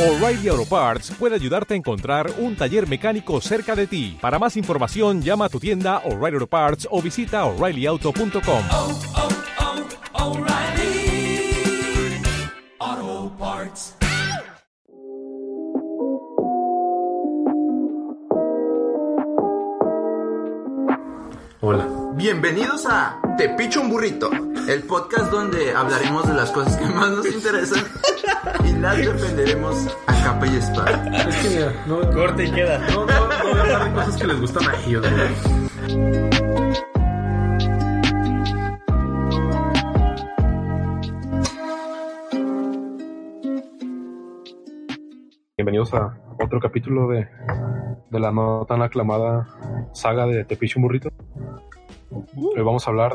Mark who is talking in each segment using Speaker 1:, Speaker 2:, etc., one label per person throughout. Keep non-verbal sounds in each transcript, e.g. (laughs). Speaker 1: O'Reilly Auto Parts puede ayudarte a encontrar un taller mecánico cerca de ti. Para más información, llama a tu tienda O'Reilly Auto Parts o visita oreillyauto.com.
Speaker 2: oh, oh, O'Reilly. Auto Parts.
Speaker 3: Hola.
Speaker 4: Bienvenidos a Te Picho un Burrito, el podcast donde hablaremos de las cosas que más nos interesan y las defenderemos a capa y espada.
Speaker 3: Es que mira, no, no,
Speaker 5: Corte y queda.
Speaker 3: no, no voy a hablar de cosas que les gustan a ellos, güey.
Speaker 6: Bienvenidos a otro capítulo de, de la no tan aclamada saga de Tepicho un Burrito.
Speaker 4: Uh.
Speaker 6: Hoy vamos a hablar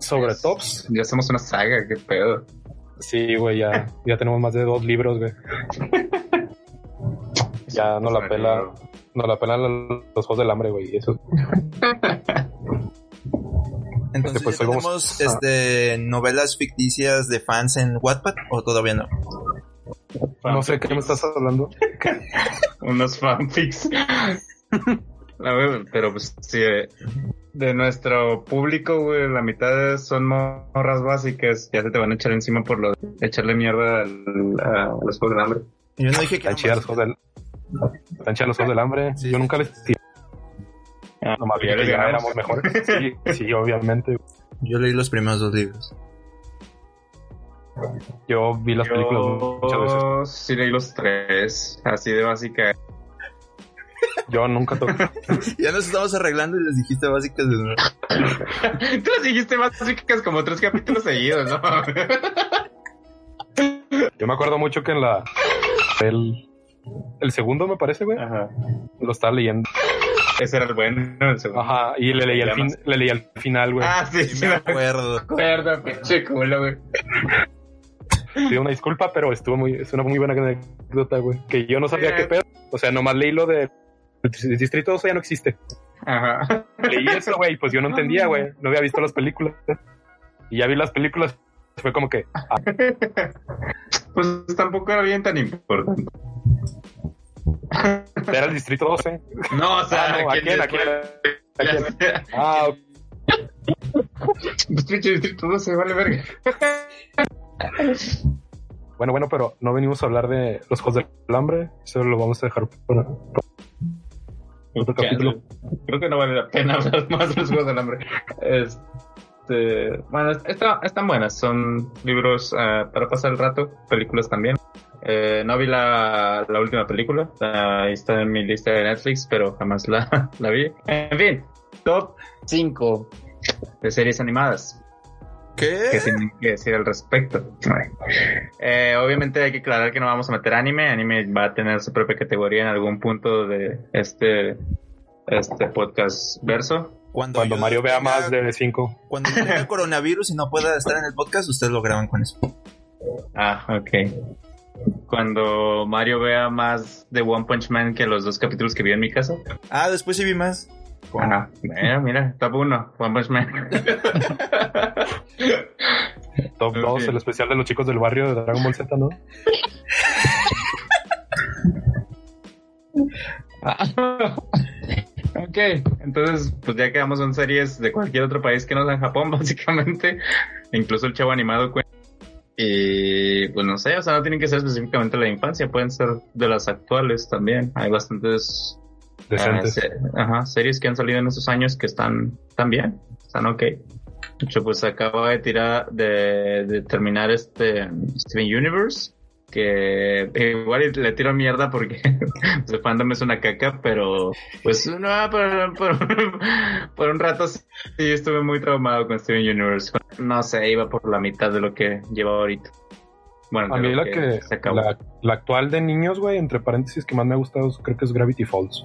Speaker 6: sobre tops.
Speaker 7: Ya somos una saga, qué pedo.
Speaker 6: Sí, güey, ya, ya tenemos más de dos libros,
Speaker 4: (laughs)
Speaker 6: güey. Ya no la pela, no la pelan los ojos del hambre, güey. y Eso
Speaker 4: (laughs) Entonces,
Speaker 6: Pues
Speaker 4: ¿ya
Speaker 6: hoy vamos-
Speaker 4: tenemos
Speaker 6: Ah.
Speaker 4: este, novelas ficticias de fans en Wattpad o todavía no?
Speaker 6: no sé qué me estás hablando.
Speaker 7: Unos
Speaker 6: (laughs)
Speaker 7: fanfics. A ver, pero pues sí, eh, de nuestro público, güey, la mitad son morras básicas. Ya se te van a echar encima por lo de echarle mierda al- a, a los juegos del hambre.
Speaker 4: Yo no dije que
Speaker 6: Están chidas los
Speaker 4: no,
Speaker 6: ojos del, están chidas los ojos del hambre.
Speaker 4: Sí.
Speaker 6: Yo nunca les Ah, no más
Speaker 7: ya
Speaker 6: que
Speaker 7: les
Speaker 6: ya
Speaker 7: ganamos.
Speaker 6: éramos mejores. Sí,
Speaker 7: (laughs)
Speaker 6: sí, obviamente.
Speaker 4: yo leí los primeros dos libros.
Speaker 6: Yo vi las películas muchas veces.
Speaker 7: Yo sí leí los tres, así de básica. (laughs)
Speaker 6: Yo nunca toqué.
Speaker 4: Ya nos estamos arreglando y les dijiste básicas de nuevo.
Speaker 7: Tú las dijiste básicas como tres capítulos seguidos, ¿no?
Speaker 6: Yo me acuerdo mucho que en la. El, el segundo, me parece, güey.
Speaker 7: Ajá.
Speaker 6: Lo estaba leyendo.
Speaker 7: Ese era el bueno, el segundo.
Speaker 6: Ajá. Y le leí al, fin,
Speaker 7: Llamas.
Speaker 6: le leí al final, güey.
Speaker 7: Ah, sí, sí,
Speaker 4: Me
Speaker 7: me
Speaker 4: acuerdo.
Speaker 7: acuerdo, pinche culo, güey.
Speaker 6: Pido una disculpa, pero estuvo muy. Es una muy buena anécdota, güey. Que yo no sabía
Speaker 7: Sí.
Speaker 6: qué pedo. O sea, nomás leí lo de. El distrito 12 ya no existe.
Speaker 7: Ajá. (laughs)
Speaker 6: Leí eso, güey. Pues yo no entendía, güey. No había visto las películas. Y ya vi las películas. Fue como que. ah,
Speaker 7: Pues tampoco era bien tan importante.
Speaker 6: era el distrito 12.
Speaker 7: No, (laughs) o sea,
Speaker 6: Ah, no,
Speaker 7: ¿quién
Speaker 6: aquel,
Speaker 7: después?
Speaker 6: aquel,
Speaker 7: Ya sé.
Speaker 6: Ah, ok.
Speaker 7: (laughs) Pues, pinche distrito 12, vale verga.
Speaker 6: Bueno, bueno, pero no venimos a hablar de los Juegos del Hambre. Eso lo vamos a dejar para otro capítulo.
Speaker 7: Creo que no vale la pena (laughs) hablar más de los juegos del hambre. Este, bueno, está- están buenas. Son libros ah, para pasar el rato, películas también. Eh, no vi la, la última película. Ah, Ahí está en mi lista de Netflix, pero jamás la, (laughs) la vi. En fin, top 5 de series animadas. que
Speaker 4: ¿Qué?
Speaker 7: tienen que decir al respecto. Eh, obviamente hay que aclarar que no vamos a meter anime. Anime va a tener su propia categoría en algún punto de este, este podcast verso.
Speaker 6: Cuando
Speaker 4: yo
Speaker 6: Mario vea
Speaker 4: tenga-
Speaker 6: más de 5.
Speaker 4: Cuando yo tenga coronavirus y no pueda estar en el podcast, ustedes lo graban con eso.
Speaker 7: Ah, ok. Cuando Mario vea más de One Punch Man que los dos capítulos que vi en mi casa.
Speaker 4: Ah, después sí vi más.
Speaker 7: Ah, mira, mira, top 1, One Punch Man.
Speaker 6: Top
Speaker 7: Ok.
Speaker 6: 2, el especial de los chicos del barrio de Dragon Ball Z, ¿no?
Speaker 7: (laughs) Ok, entonces pues ya quedamos en series de cualquier otro país que no sea Japón, (laughs) básicamente. Incluso el chavo animado cuenta. Y pues no sé, o sea, no tienen que ser específicamente la infancia, pueden ser de las actuales también. Hay bastantes ah,
Speaker 6: Decentes.
Speaker 7: se- ajá, series que han salido en estos años que están, están bien, están ok. De hecho, pues acaba de tirar, de, de terminar este Steven Universe. Que igual le tiro mierda porque (laughs) pues, el fandom es una caca, pero pues no, por, por- por un rato sí estuve muy traumado con Steven Universe. No sé, iba por la mitad de lo que lleva ahorita. Bueno,
Speaker 6: A
Speaker 7: de
Speaker 6: mí
Speaker 7: lo
Speaker 6: la que...
Speaker 7: se acabó.
Speaker 6: La, la actual de niños, güey, entre paréntesis, que más me ha gustado creo que es Gravity Falls.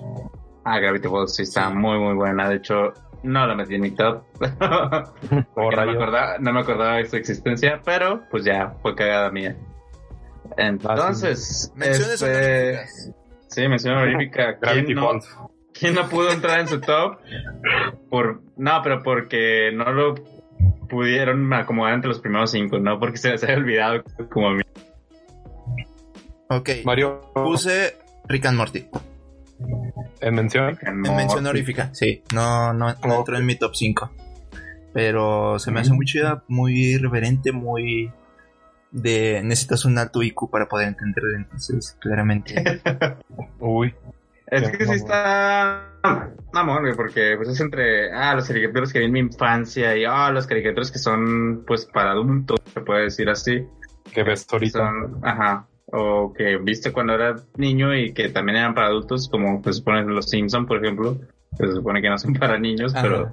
Speaker 7: Ah, Gravity Falls sí está muy, muy buena. De hecho, no la metí en mi
Speaker 6: (laughs)
Speaker 7: top.
Speaker 6: Oh,
Speaker 7: Porque no, me
Speaker 6: rayos.
Speaker 7: acordaba, no me acordaba de su existencia, pero pues ya fue cagada mía.
Speaker 6: Ah,
Speaker 7: Entonces,
Speaker 4: Menciones
Speaker 7: este,
Speaker 4: honoríficas.
Speaker 7: Sí, mención
Speaker 6: (laughs)
Speaker 7: honorífica.
Speaker 6: Gravity
Speaker 7: ¿Quién no,
Speaker 6: Falls.
Speaker 7: quién no pudo entrar en su top? Por, no, pero porque no lo pudieron acomodar entre los primeros cinco, no porque se les haya olvidado como a mí.
Speaker 5: Ok.
Speaker 6: Mario,
Speaker 5: Puse Rick and Morty.
Speaker 6: en mención.
Speaker 5: En mención honorífica, sí. No, no, no entró en mi top 5. Pero se me
Speaker 6: Mm.
Speaker 5: hace muy chida, muy irreverente, muy de necesitas un alto IQ para poder entender entonces
Speaker 6: (laughs)
Speaker 5: claramente
Speaker 6: Uy,
Speaker 7: Es que sí está mamón, güey, porque pues es entre, ah, las caricaturas que vi en mi infancia y, ah, las caricaturas que son, pues, para adultos, se puede decir así,
Speaker 6: que ves
Speaker 7: que
Speaker 6: ahorita.
Speaker 7: son, ajá, o que viste cuando era niño y que también eran para adultos, como pues suponen los Simpson, por ejemplo, que se supone que no son (laughs) para niños,
Speaker 5: Ajá.
Speaker 7: pero,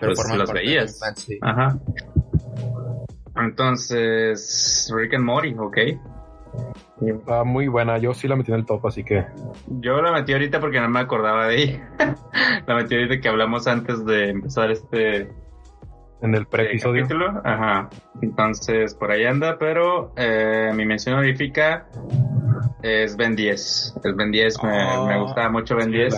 Speaker 7: pues,
Speaker 5: forman
Speaker 7: las
Speaker 5: parte de la
Speaker 7: veías.
Speaker 5: infancia.
Speaker 7: Ajá. Entonces, Rick and Morty, ok.
Speaker 6: Está muy buena. Yo sí la metí en el top, así que
Speaker 7: Yo la metí ahorita porque no me acordaba de ella. (laughs) la metí ahorita que hablamos antes de empezar este
Speaker 6: en el
Speaker 7: eh,
Speaker 6: pre-episodio.
Speaker 7: capítulo. Ajá. Entonces, por ahí anda, pero eh, mi mención honorífica es Ben 10. El Ben 10 me,
Speaker 5: Ah,
Speaker 7: me gustaba mucho Ben 10.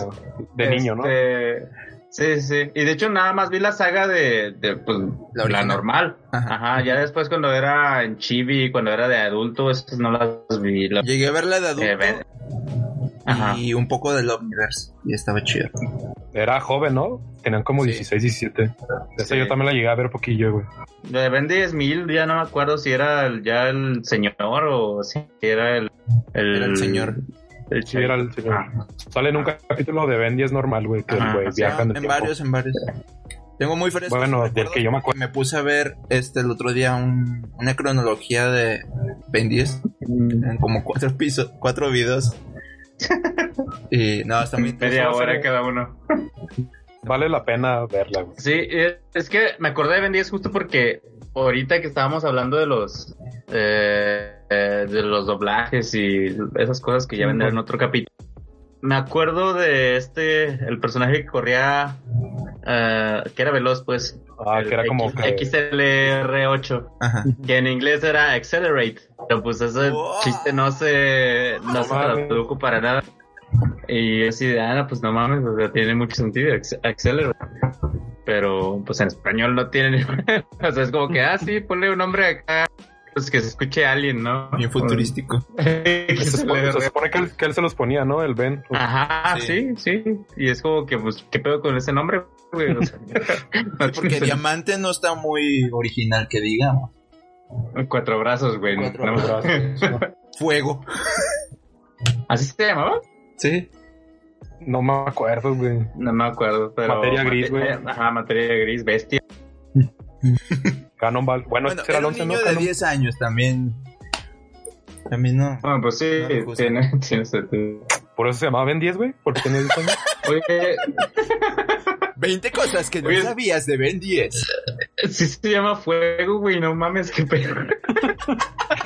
Speaker 6: De niño, ¿no?
Speaker 7: Este, Sí, sí. Y de hecho nada más vi la saga de, de, pues,
Speaker 5: La
Speaker 7: la,
Speaker 5: original.
Speaker 7: normal.
Speaker 5: Ajá.
Speaker 7: Ajá. Ya después cuando era en chibi, cuando era de adulto, esas no las vi. La-
Speaker 5: Llegué a verla de
Speaker 7: eh, Ben-
Speaker 5: adulto
Speaker 7: Ajá.
Speaker 5: y un poco del Omniverse y estaba chido.
Speaker 6: Era joven, ¿no? Tenían como
Speaker 5: Sí.
Speaker 6: 16, 17. Esa
Speaker 7: Sí.
Speaker 6: yo también la llegué a ver poquillo, güey.
Speaker 7: La de Ben 10.000 ya no me acuerdo si era el- ya el señor o si era el... el
Speaker 5: Era el señor.
Speaker 7: el
Speaker 6: Sí, era el señor.
Speaker 7: Ah.
Speaker 6: Sale en un capítulo de Ben 10 normal, güey, que el
Speaker 7: Ajá,
Speaker 6: güey
Speaker 7: sí,
Speaker 6: viaja en el
Speaker 5: en
Speaker 6: tiempo.
Speaker 5: varios, en varios. Tengo muy fresco.
Speaker 6: Bueno, del que yo me acuerdo.
Speaker 5: Me puse a ver este el otro día un- una cronología de Ben 10 en como cuatro pisos, cuatro videos. y no, está muy
Speaker 7: Media
Speaker 5: interesante.
Speaker 7: hora cada uno.
Speaker 6: Vale la pena verla, güey.
Speaker 7: Sí, eh, es que me acordé de Ben 10 justo porque ahorita que estábamos hablando de los eh, eh, de los doblajes y esas cosas que ya vendrán en otro capítulo. Me acuerdo de este, el personaje que corría, eh, que era veloz, pues.
Speaker 6: Ah,
Speaker 7: el
Speaker 6: que era como
Speaker 7: X-
Speaker 6: que...
Speaker 7: XLR8.
Speaker 5: Ajá.
Speaker 7: Que en inglés era Accelerate. Pero pues ese
Speaker 5: Wow.
Speaker 7: chiste no se, no se
Speaker 6: mames.
Speaker 7: tradujo para nada. Y yo así de, ah, no, pues no mames, o sea, tiene mucho sentido, acc- Accelerate. Pero pues en español no tiene. (laughs) o sea, es como que, ah, sí, ponle un nombre acá. Pues que se escuche alguien, ¿no?
Speaker 5: Bien
Speaker 7: (laughs)
Speaker 5: futurístico.
Speaker 6: Se supone, se supone que, él, que él se los ponía, ¿no? El Ben.
Speaker 7: Ah, Ajá,
Speaker 5: Sí.
Speaker 7: sí. sí, Y es como que, pues, ¿qué pedo con ese nombre? güey? O sea, (laughs) no
Speaker 5: Sí, porque
Speaker 7: tiene
Speaker 5: Diamante no está muy original que digamos.
Speaker 7: (laughs) Cuatro brazos, güey. no-
Speaker 5: Cuatro
Speaker 7: no-
Speaker 6: Brazos, ¿no?
Speaker 5: Fuego.
Speaker 7: ¿Así se llamaba?
Speaker 5: Sí.
Speaker 6: No me acuerdo, güey.
Speaker 7: No me acuerdo, pero.
Speaker 6: Materia gris, güey.
Speaker 7: Mate- Ajá, materia gris, bestia.
Speaker 6: Cannonball. Bueno,
Speaker 5: Bueno,
Speaker 6: este era
Speaker 5: era
Speaker 6: el
Speaker 5: un
Speaker 6: 11, ¿no?
Speaker 5: niño de
Speaker 6: Cannon-
Speaker 5: 10 años también.
Speaker 6: (laughs)
Speaker 5: También no.
Speaker 7: Bueno, pues sí,
Speaker 5: No me gusta.
Speaker 7: tiene, (laughs) tiene sentido.
Speaker 6: Por eso se llamaba Ben 10, güey. Porque tenía 10 (laughs) años.
Speaker 7: Oye,
Speaker 5: 20 cosas que no
Speaker 6: Pues-
Speaker 7: Oye.
Speaker 5: sabías de Ben 10.
Speaker 7: sí se llama fuego, güey, no mames, qué pedo. (laughs)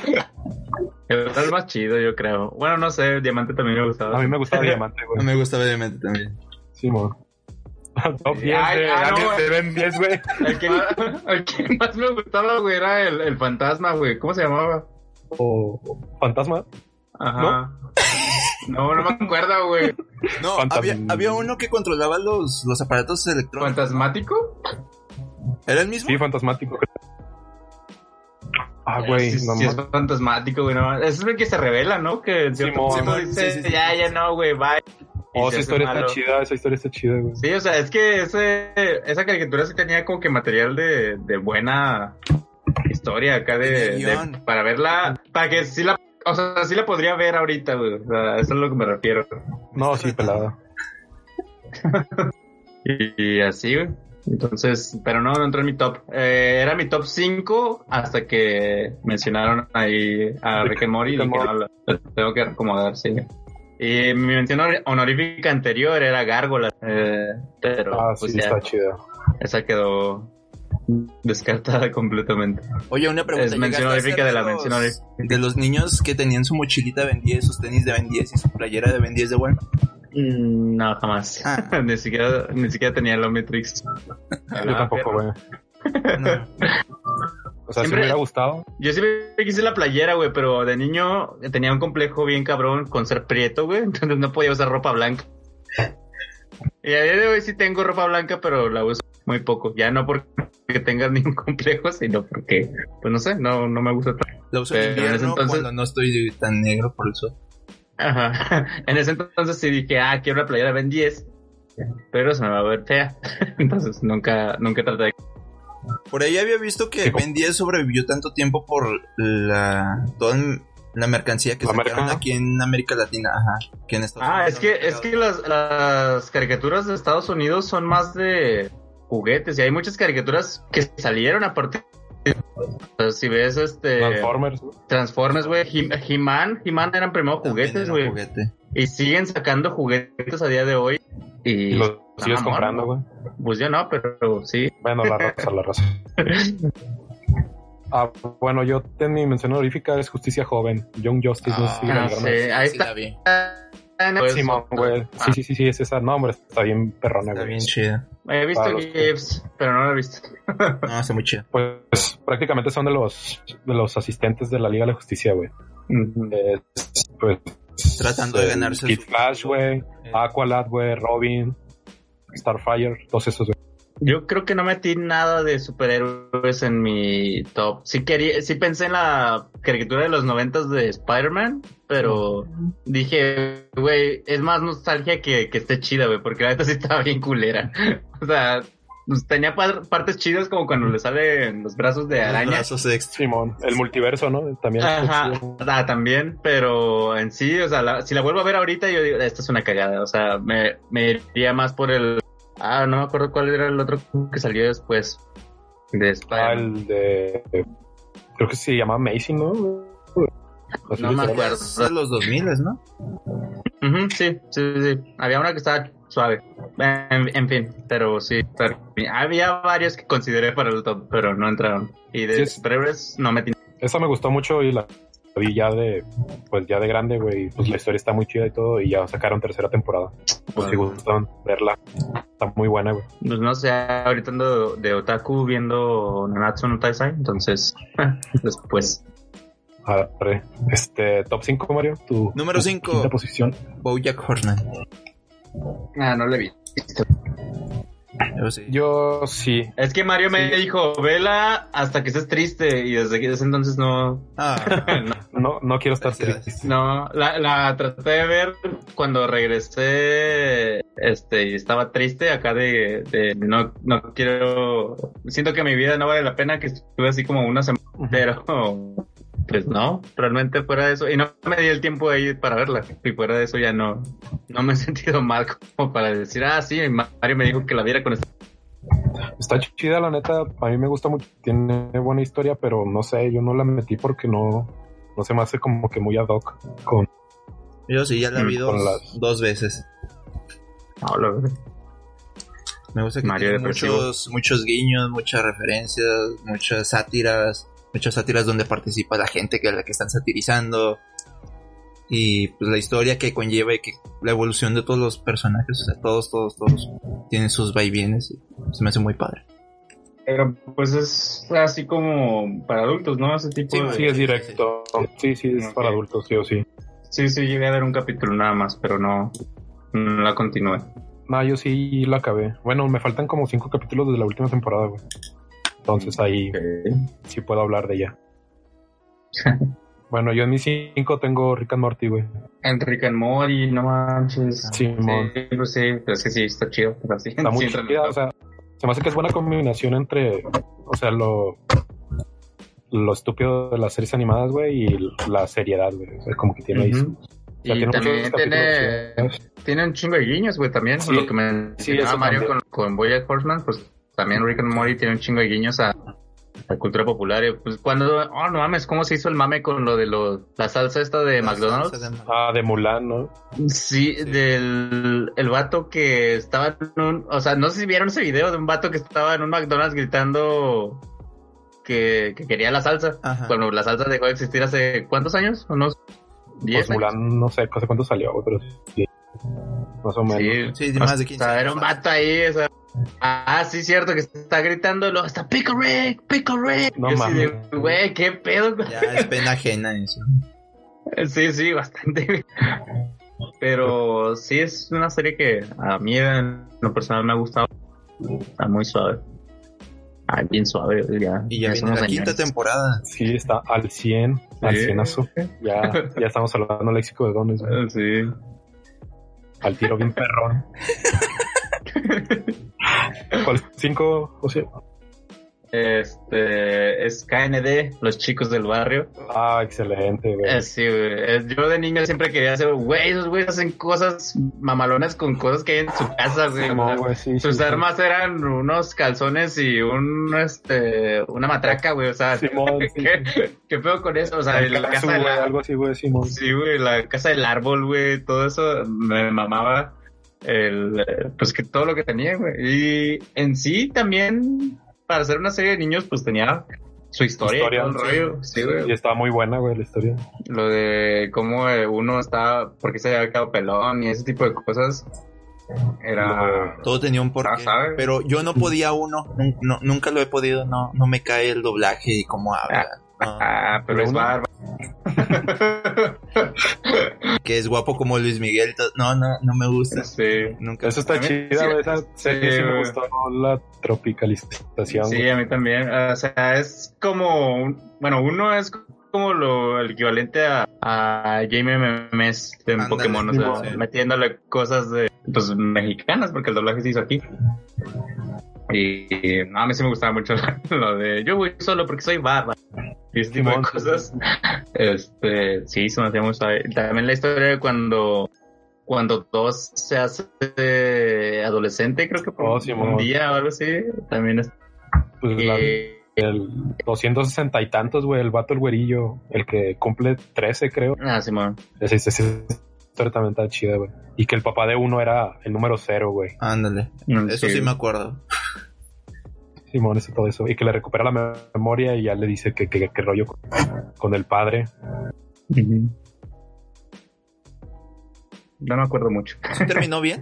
Speaker 7: El otro es más chido, yo creo. Bueno, no sé, diamante también me
Speaker 6: A
Speaker 7: gustaba.
Speaker 6: mí me gustaba Diamante,
Speaker 5: No
Speaker 6: güey.
Speaker 5: me gustaba Diamante también.
Speaker 6: Sí, mon. (laughs) Top 10 de,
Speaker 7: Ay, ah, no,
Speaker 6: de Ben 10, güey.
Speaker 7: El que, el que más me gustaba, güey, era el, el fantasma, güey. ¿Cómo se llamaba?
Speaker 6: O Fantasma.
Speaker 7: Ajá. No, no, me acuerdo, güey.
Speaker 5: No,
Speaker 6: Fantasm-
Speaker 5: había, había uno que controlaba los, los aparatos electrónicos.
Speaker 7: ¿Fantasmático?
Speaker 5: ¿Era el mismo?
Speaker 6: Sí, fantasmático. Ah, güey,
Speaker 7: Sí,
Speaker 6: no
Speaker 7: sí, es
Speaker 6: mames.
Speaker 7: fantasmático, güey. No, ese es el que se revela, ¿no? Que en cierto
Speaker 6: Simón.
Speaker 7: punto
Speaker 5: Simón,
Speaker 7: dice,
Speaker 5: sí, sí, sí.
Speaker 7: ya, ya no, güey, bye. Y
Speaker 6: Oh,
Speaker 7: se
Speaker 6: esa
Speaker 7: hace
Speaker 6: historia
Speaker 7: malo.
Speaker 6: está chida, esa historia está chida, güey.
Speaker 7: Sí, o sea, es que ese, esa caricatura sí tenía como que material de, de buena historia acá de,
Speaker 5: Tenía guión.
Speaker 7: de- para verla, para que sí la, o sea, sí la podría ver ahorita, güey. O sea, eso es a lo que me refiero.
Speaker 6: No,
Speaker 5: Está
Speaker 6: sí, pelada.
Speaker 7: Y, y así, güey. Entonces, pero no, no entró en mi top. Eh, era mi top 5 hasta que mencionaron ahí a Rick and Morty y
Speaker 6: Rick and
Speaker 7: dije, no, lo- lo tengo que acomodar, sí. Y mi mención honor- honorífica anterior era Gárgola, eh, pero
Speaker 6: Ah,
Speaker 7: pues
Speaker 6: sí,
Speaker 7: ya,
Speaker 6: está chida.
Speaker 7: esa quedó descartada (laughs) completamente.
Speaker 5: Oye, una pregunta.
Speaker 7: Es mención
Speaker 5: ¿llegaste a
Speaker 7: honorífica
Speaker 5: hacer
Speaker 7: de la
Speaker 5: los-
Speaker 7: mención honorífica.
Speaker 5: De los niños que tenían su mochilita Ben 10, sus tenis de Ben 10 y su playera de Ben 10 de Walmart.
Speaker 7: Mm, No, jamás.
Speaker 5: Ah.
Speaker 7: (laughs) ni siquiera ni siquiera tenía el Omnitrix.
Speaker 6: Yo tampoco, güey.
Speaker 5: No.
Speaker 6: O sea, si me
Speaker 7: Siempre- eh,
Speaker 6: hubiera gustado.
Speaker 7: Yo siempre quise la playera, güey, pero de niño tenía un complejo bien cabrón con ser prieto, güey, (laughs) entonces no podía usar ropa blanca. Y a día de hoy sí tengo ropa blanca, pero la uso muy (laughs) poco. Ya no porque tenga ningún complejo, sino porque, pues no sé, no, no me gusta tanto.
Speaker 5: La uso
Speaker 7: Pero
Speaker 5: en
Speaker 7: en
Speaker 5: invierno
Speaker 7: ese entonces-
Speaker 5: cuando no estoy tan negro por el sol.
Speaker 7: Ajá. (laughs) En ese entonces sí dije, ah, quiero una playera Ben 10, pero se me va a ver fea. (laughs) Entonces nunca, nunca traté de...
Speaker 5: Por ahí había visto que Ben 10 sobrevivió tanto tiempo por la toda la mercancía que
Speaker 6: La
Speaker 5: sacaron
Speaker 6: merca.
Speaker 5: aquí en América Latina, ajá, que en Estados
Speaker 7: Ah,
Speaker 5: Unidos
Speaker 7: es que,
Speaker 5: han
Speaker 7: es que
Speaker 5: pegado.
Speaker 7: las, las caricaturas de Estados Unidos son más de juguetes y hay muchas caricaturas que salieron a partir de... Si ves este...
Speaker 6: Transformers. ¿no?
Speaker 7: Transformers, güey. He- He-Man. He-Man eran primero
Speaker 5: También
Speaker 7: juguetes,
Speaker 5: era
Speaker 7: güey.
Speaker 5: juguete.
Speaker 7: Y siguen sacando juguetes a día de hoy. Y,
Speaker 6: Y los sigues
Speaker 7: Ah,
Speaker 6: comprando, güey.
Speaker 7: Pues yo no, pero sí.
Speaker 6: Bueno, la raza, la
Speaker 7: (laughs)
Speaker 6: raza. Ah, bueno, yo en mi mención honorífica es Justicia Joven, Young Justice. no sé si
Speaker 7: Ah,
Speaker 6: la
Speaker 7: sí.
Speaker 6: vieron.
Speaker 7: ahí
Speaker 5: Sí,
Speaker 7: está.
Speaker 5: la vi.
Speaker 7: Pues,
Speaker 6: Simón, güey. Sí, sí, sí, sí, es esa. No, hombre, está bien perrona,
Speaker 5: ah, Está
Speaker 6: güey.
Speaker 5: bien chida.
Speaker 7: He visto
Speaker 6: Para los que-
Speaker 7: GIFs, pero no lo he visto.
Speaker 5: No, está muy chida.
Speaker 6: Pues prácticamente son de los de los asistentes de la Liga de la Justicia, güey. Eh, pues,
Speaker 5: Tratando de
Speaker 6: eh,
Speaker 5: ganarse
Speaker 6: Kid
Speaker 5: su- Eh.
Speaker 6: Flash, güey. Aqualad, güey. Robin. Starfire. Todos esos, güey.
Speaker 7: Yo creo que no metí nada de superhéroes en mi top. Sí quería, sí pensé en la caricatura de los noventas de Spider-Man, pero dije, güey, es más nostalgia que, que esté chida, güey, porque la neta sí estaba bien culera. (laughs) O sea, pues, tenía par- partes chidas como cuando le salen los brazos de
Speaker 5: Los
Speaker 7: araña.
Speaker 5: brazos extra.
Speaker 6: Simón. El multiverso, ¿no? También. Pues,
Speaker 7: Ajá, ah, también, pero en sí, o sea, la- si la vuelvo a ver ahorita, yo digo, esta es una cagada, o sea, me, me iría más por el... Ah, no me acuerdo cuál era el otro que salió después de
Speaker 6: Ah,
Speaker 7: Spider-Man.
Speaker 6: el de... Creo que se llama Amazing, ¿no? Así
Speaker 7: No me
Speaker 6: literal.
Speaker 7: acuerdo.
Speaker 5: Es de los 2000, ¿no?
Speaker 7: Ujú, sí, sí, sí, había una que estaba suave, en, en fin, pero sí, pero- había varios que consideré para el top, pero no entraron. Y
Speaker 6: Sí,
Speaker 7: de
Speaker 6: es-
Speaker 7: superhéroes no me
Speaker 6: Esa me gustó mucho y la la vi ya de... Pues ya de grande, güey. Pues la historia está muy chida y todo. Y ya sacaron tercera temporada. Pues si gustan verla. Está muy buena, güey.
Speaker 7: Pues no sé, ahorita ando de otaku viendo Nanatsu no Taizai, entonces (laughs) después.
Speaker 6: Arre. Este... Top 5, Mario. Tu,
Speaker 5: Número
Speaker 6: tu
Speaker 5: cinco.
Speaker 6: quinta posición.
Speaker 5: Bojack Horseman.
Speaker 7: Ah, no le vi.
Speaker 5: Yo sí.
Speaker 6: Yo sí.
Speaker 7: Es que Mario me dijo, vela hasta que estés triste y desde que- desde entonces no,
Speaker 5: Ah,
Speaker 6: No, no quiero estar
Speaker 5: Felicidades.
Speaker 6: triste.
Speaker 7: no, la, la traté de ver cuando regresé, este, y estaba triste acá de, de no, no quiero, siento que mi vida no vale la pena que estuve así como una semana, pero pues no, realmente fuera de eso, y no me di el tiempo ahí para verla, y fuera de eso ya no, no me he (laughs) sentido mal como para decir, ah, sí, Mario me dijo que la viera con este-". esta
Speaker 6: Está chida, la neta. A mí me gusta mucho. Tiene buena historia, pero no sé, yo no la metí porque no, no se me hace como que muy ad hoc. Con,
Speaker 5: yo sí, ya la vi
Speaker 6: Mm,
Speaker 5: dos,
Speaker 6: con las-
Speaker 5: dos veces.
Speaker 7: No, la verdad.
Speaker 5: Me gusta que
Speaker 7: Mario
Speaker 5: tiene
Speaker 7: depresivo.
Speaker 5: muchos, muchos guiños, muchas referencias, muchas sátiras, muchas sátiras donde participa la gente que a la que están satirizando. Y pues la historia que conlleva y que la evolución de todos los personajes, o sea, todos, todos, todos tienen sus vaivienes y se me hace muy padre.
Speaker 7: Pero pues es así como para adultos, ¿no? Ese tipo
Speaker 5: Sí,
Speaker 7: de...
Speaker 5: güey.
Speaker 6: sí, es directo. Sí, sí, es
Speaker 7: Ok.
Speaker 6: para adultos, sí o sí.
Speaker 7: Sí, sí, llegué a ver un capítulo nada más, pero no, no la continué.
Speaker 6: No, Ah, yo sí la acabé. Bueno, me faltan como cinco capítulos de la última temporada, güey. Entonces ahí sí puedo hablar de ella. bueno, yo en mis cinco tengo Rick and Morty, güey.
Speaker 7: (laughs) Enrique and Mori, no manches.
Speaker 6: Simón.
Speaker 7: Sí, pues sí, pero es que sí, está chido. pero sí,
Speaker 6: Está
Speaker 7: sí,
Speaker 6: muy
Speaker 7: entra en
Speaker 6: chida,
Speaker 7: el
Speaker 6: o sea, se me hace que es buena combinación entre, o sea, lo, lo estúpido de las series animadas, güey, y la seriedad, güey. O sea, como que tiene ahí. su-
Speaker 7: Ujú.
Speaker 6: o sea,
Speaker 7: Y
Speaker 6: muchos
Speaker 7: también
Speaker 6: capítulos
Speaker 7: tiene,
Speaker 6: chidos.
Speaker 7: tiene un chingo de guiños, güey, también.
Speaker 6: Sí,
Speaker 7: lo que me
Speaker 6: sí,
Speaker 7: mencionaba
Speaker 6: eso
Speaker 7: Mario
Speaker 6: también.
Speaker 7: con, con Bojack Horseman, pues también Rick and Morty tiene un chingo de guiños a la cultura popular. Y, pues cuando, oh, no mames, ¿cómo se hizo el mame con lo de los la salsa esta de McDonald's?
Speaker 6: Ah, de Mulan, ¿no?
Speaker 7: Sí, del el vato que estaba en un, o sea, no sé si vieron ese video de un vato que estaba en un McDonald's gritando que, que quería la salsa.
Speaker 5: Ajá.
Speaker 7: Bueno, la salsa dejó de existir hace ¿cuántos años? ¿Unos 10
Speaker 6: Pues
Speaker 7: años?
Speaker 6: Mulan, no sé, hace cuánto salió, güey, pero sí. Más o menos.
Speaker 7: Sí,
Speaker 5: Sí, de más de 15
Speaker 7: O sea, era
Speaker 5: años.
Speaker 7: un vato ahí, o sea, ah, sí, cierto, que está gritando, y luego está Pico Rick, Pico Rick.
Speaker 6: No
Speaker 7: Yo así de,
Speaker 6: mames.
Speaker 7: güey, qué pedo. (laughs)
Speaker 5: Ya es pena ajena eso.
Speaker 7: Sí, sí, bastante. Pero sí es una serie que a mí en lo personal me ha gustado. Está muy suave. ah, bien suave. Ya,
Speaker 5: Y ya
Speaker 7: son
Speaker 5: viene
Speaker 7: unos
Speaker 5: la quinta
Speaker 7: señores.
Speaker 5: temporada.
Speaker 6: Sí, está al 100, al
Speaker 7: Sí.
Speaker 6: 100 Ya, ya estamos hablando léxico de dones, güey.
Speaker 7: Ah, Sí.
Speaker 6: al tiro bien perrón. ¿Cuál? ¿Cinco? O sea,
Speaker 7: Este es KND, los chicos del barrio.
Speaker 6: ah, excelente, güey.
Speaker 7: Eh, sí, güey. Es- yo de niño siempre quería hacer, güey, esos güeyes hacen cosas mamalonas con cosas que hay en su casa, güey.
Speaker 6: Simón, güey, sí,
Speaker 7: Sus
Speaker 6: sí, sí.
Speaker 7: armas eran unos calzones y un, este, una matraca, güey. O sea,
Speaker 6: Simón, sí,
Speaker 7: (laughs) ¿qué, qué pedo con eso? O sea,
Speaker 6: El
Speaker 7: la
Speaker 6: caso,
Speaker 7: casa de
Speaker 6: güey,
Speaker 7: la-
Speaker 6: algo así, güey, Simón.
Speaker 7: Sí, güey, la casa del árbol, güey, todo eso me mamaba. El, eh, pues que todo lo que tenía, güey. Y en sí también, para ser una serie de niños, pues tenía su historia,
Speaker 6: Historia,
Speaker 7: y todo el
Speaker 6: sí.
Speaker 7: rollo. Sí, güey.
Speaker 6: Y estaba muy buena, güey, la historia.
Speaker 7: Lo de cómo eh, uno estaba, por qué se había quedado pelón y ese tipo de cosas. Era.
Speaker 5: Todo tenía un porqué.
Speaker 7: Ah, ¿sabe?
Speaker 5: pero yo no podía uno. nun- no- nunca lo he podido. No, no me cae el doblaje y cómo habla.
Speaker 7: Ah, pero es
Speaker 6: uno-
Speaker 7: barba.
Speaker 5: no, que es guapo como Luis Miguel. to- No, no, no me gusta.
Speaker 7: (laughs) Sí.
Speaker 5: Nunca.
Speaker 6: Eso está
Speaker 7: A mí-
Speaker 6: chida,
Speaker 7: sí,
Speaker 6: güey. Esa serie sí me
Speaker 7: güey.
Speaker 6: gustó la tropicalización.
Speaker 7: Sí,
Speaker 6: güey.
Speaker 7: a mí también. O sea, es como, un- bueno, uno es como lo el equivalente a, a Jaime Memes en
Speaker 5: Ándale,
Speaker 7: Pokémon, o sea,
Speaker 5: sí.
Speaker 7: metiéndole cosas de, pues, mexicanas, porque el doblaje se hizo aquí. Y no, a mí sí me gustaba mucho (laughs) lo de yo voy solo porque soy barba. Y ese tipo de
Speaker 6: Simón.
Speaker 7: cosas. Este, sí, se me hacía muy suave. También la historia de cuando, cuando dos se hace adolescente, creo que por
Speaker 6: Oh,
Speaker 7: un
Speaker 6: Simón.
Speaker 7: día o algo así, también es
Speaker 6: Pues la-
Speaker 7: eh,
Speaker 6: el 260 y tantos, güey, el vato, el güerillo, el que cumple 13, creo.
Speaker 7: Ah, Simón.
Speaker 6: Esa esa- esa historia también está chida, güey. Y que el papá de uno era el número cero, güey.
Speaker 5: Ándale.
Speaker 7: Mm,
Speaker 5: Eso sí me acuerdo.
Speaker 6: Simón, eso todo eso. Y que le recupera la me- memoria y ya le dice que, que, que rollo con, con el padre.
Speaker 7: Ujú. No me acuerdo mucho. (laughs)
Speaker 5: ¿Sí terminó bien?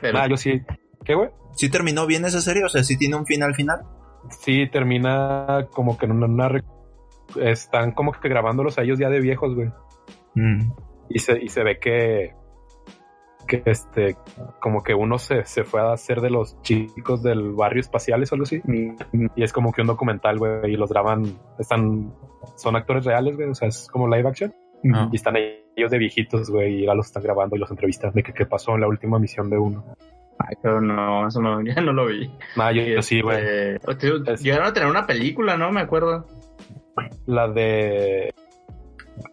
Speaker 7: Pero
Speaker 6: Nah, Ah, yo sí. ¿Qué, güey?
Speaker 5: ¿Sí terminó bien esa serie? O sea, ¿sí tiene un final final?
Speaker 6: Sí, termina como que en una. una re- están como que grabándolos a ellos ya de viejos, güey.
Speaker 5: Mm.
Speaker 6: Y se, y se ve que. Que este. Como que uno se, se fue a hacer de los chicos del barrio espaciales o algo así. Y es como que un documental, güey. Y los graban. Están. Son actores reales, güey. O sea, es como live action.
Speaker 5: No.
Speaker 6: Y están ahí ellos de viejitos, güey, y ya los están grabando y los entrevistan de que qué pasó en la última misión de uno.
Speaker 7: Ay, pero no, eso no, (laughs) ya no lo vi.
Speaker 6: Nah, yo, yo sí, güey.
Speaker 7: Eh, o te-
Speaker 6: Es-
Speaker 7: Llegaron a tener una película, ¿no? Me acuerdo.
Speaker 6: La de...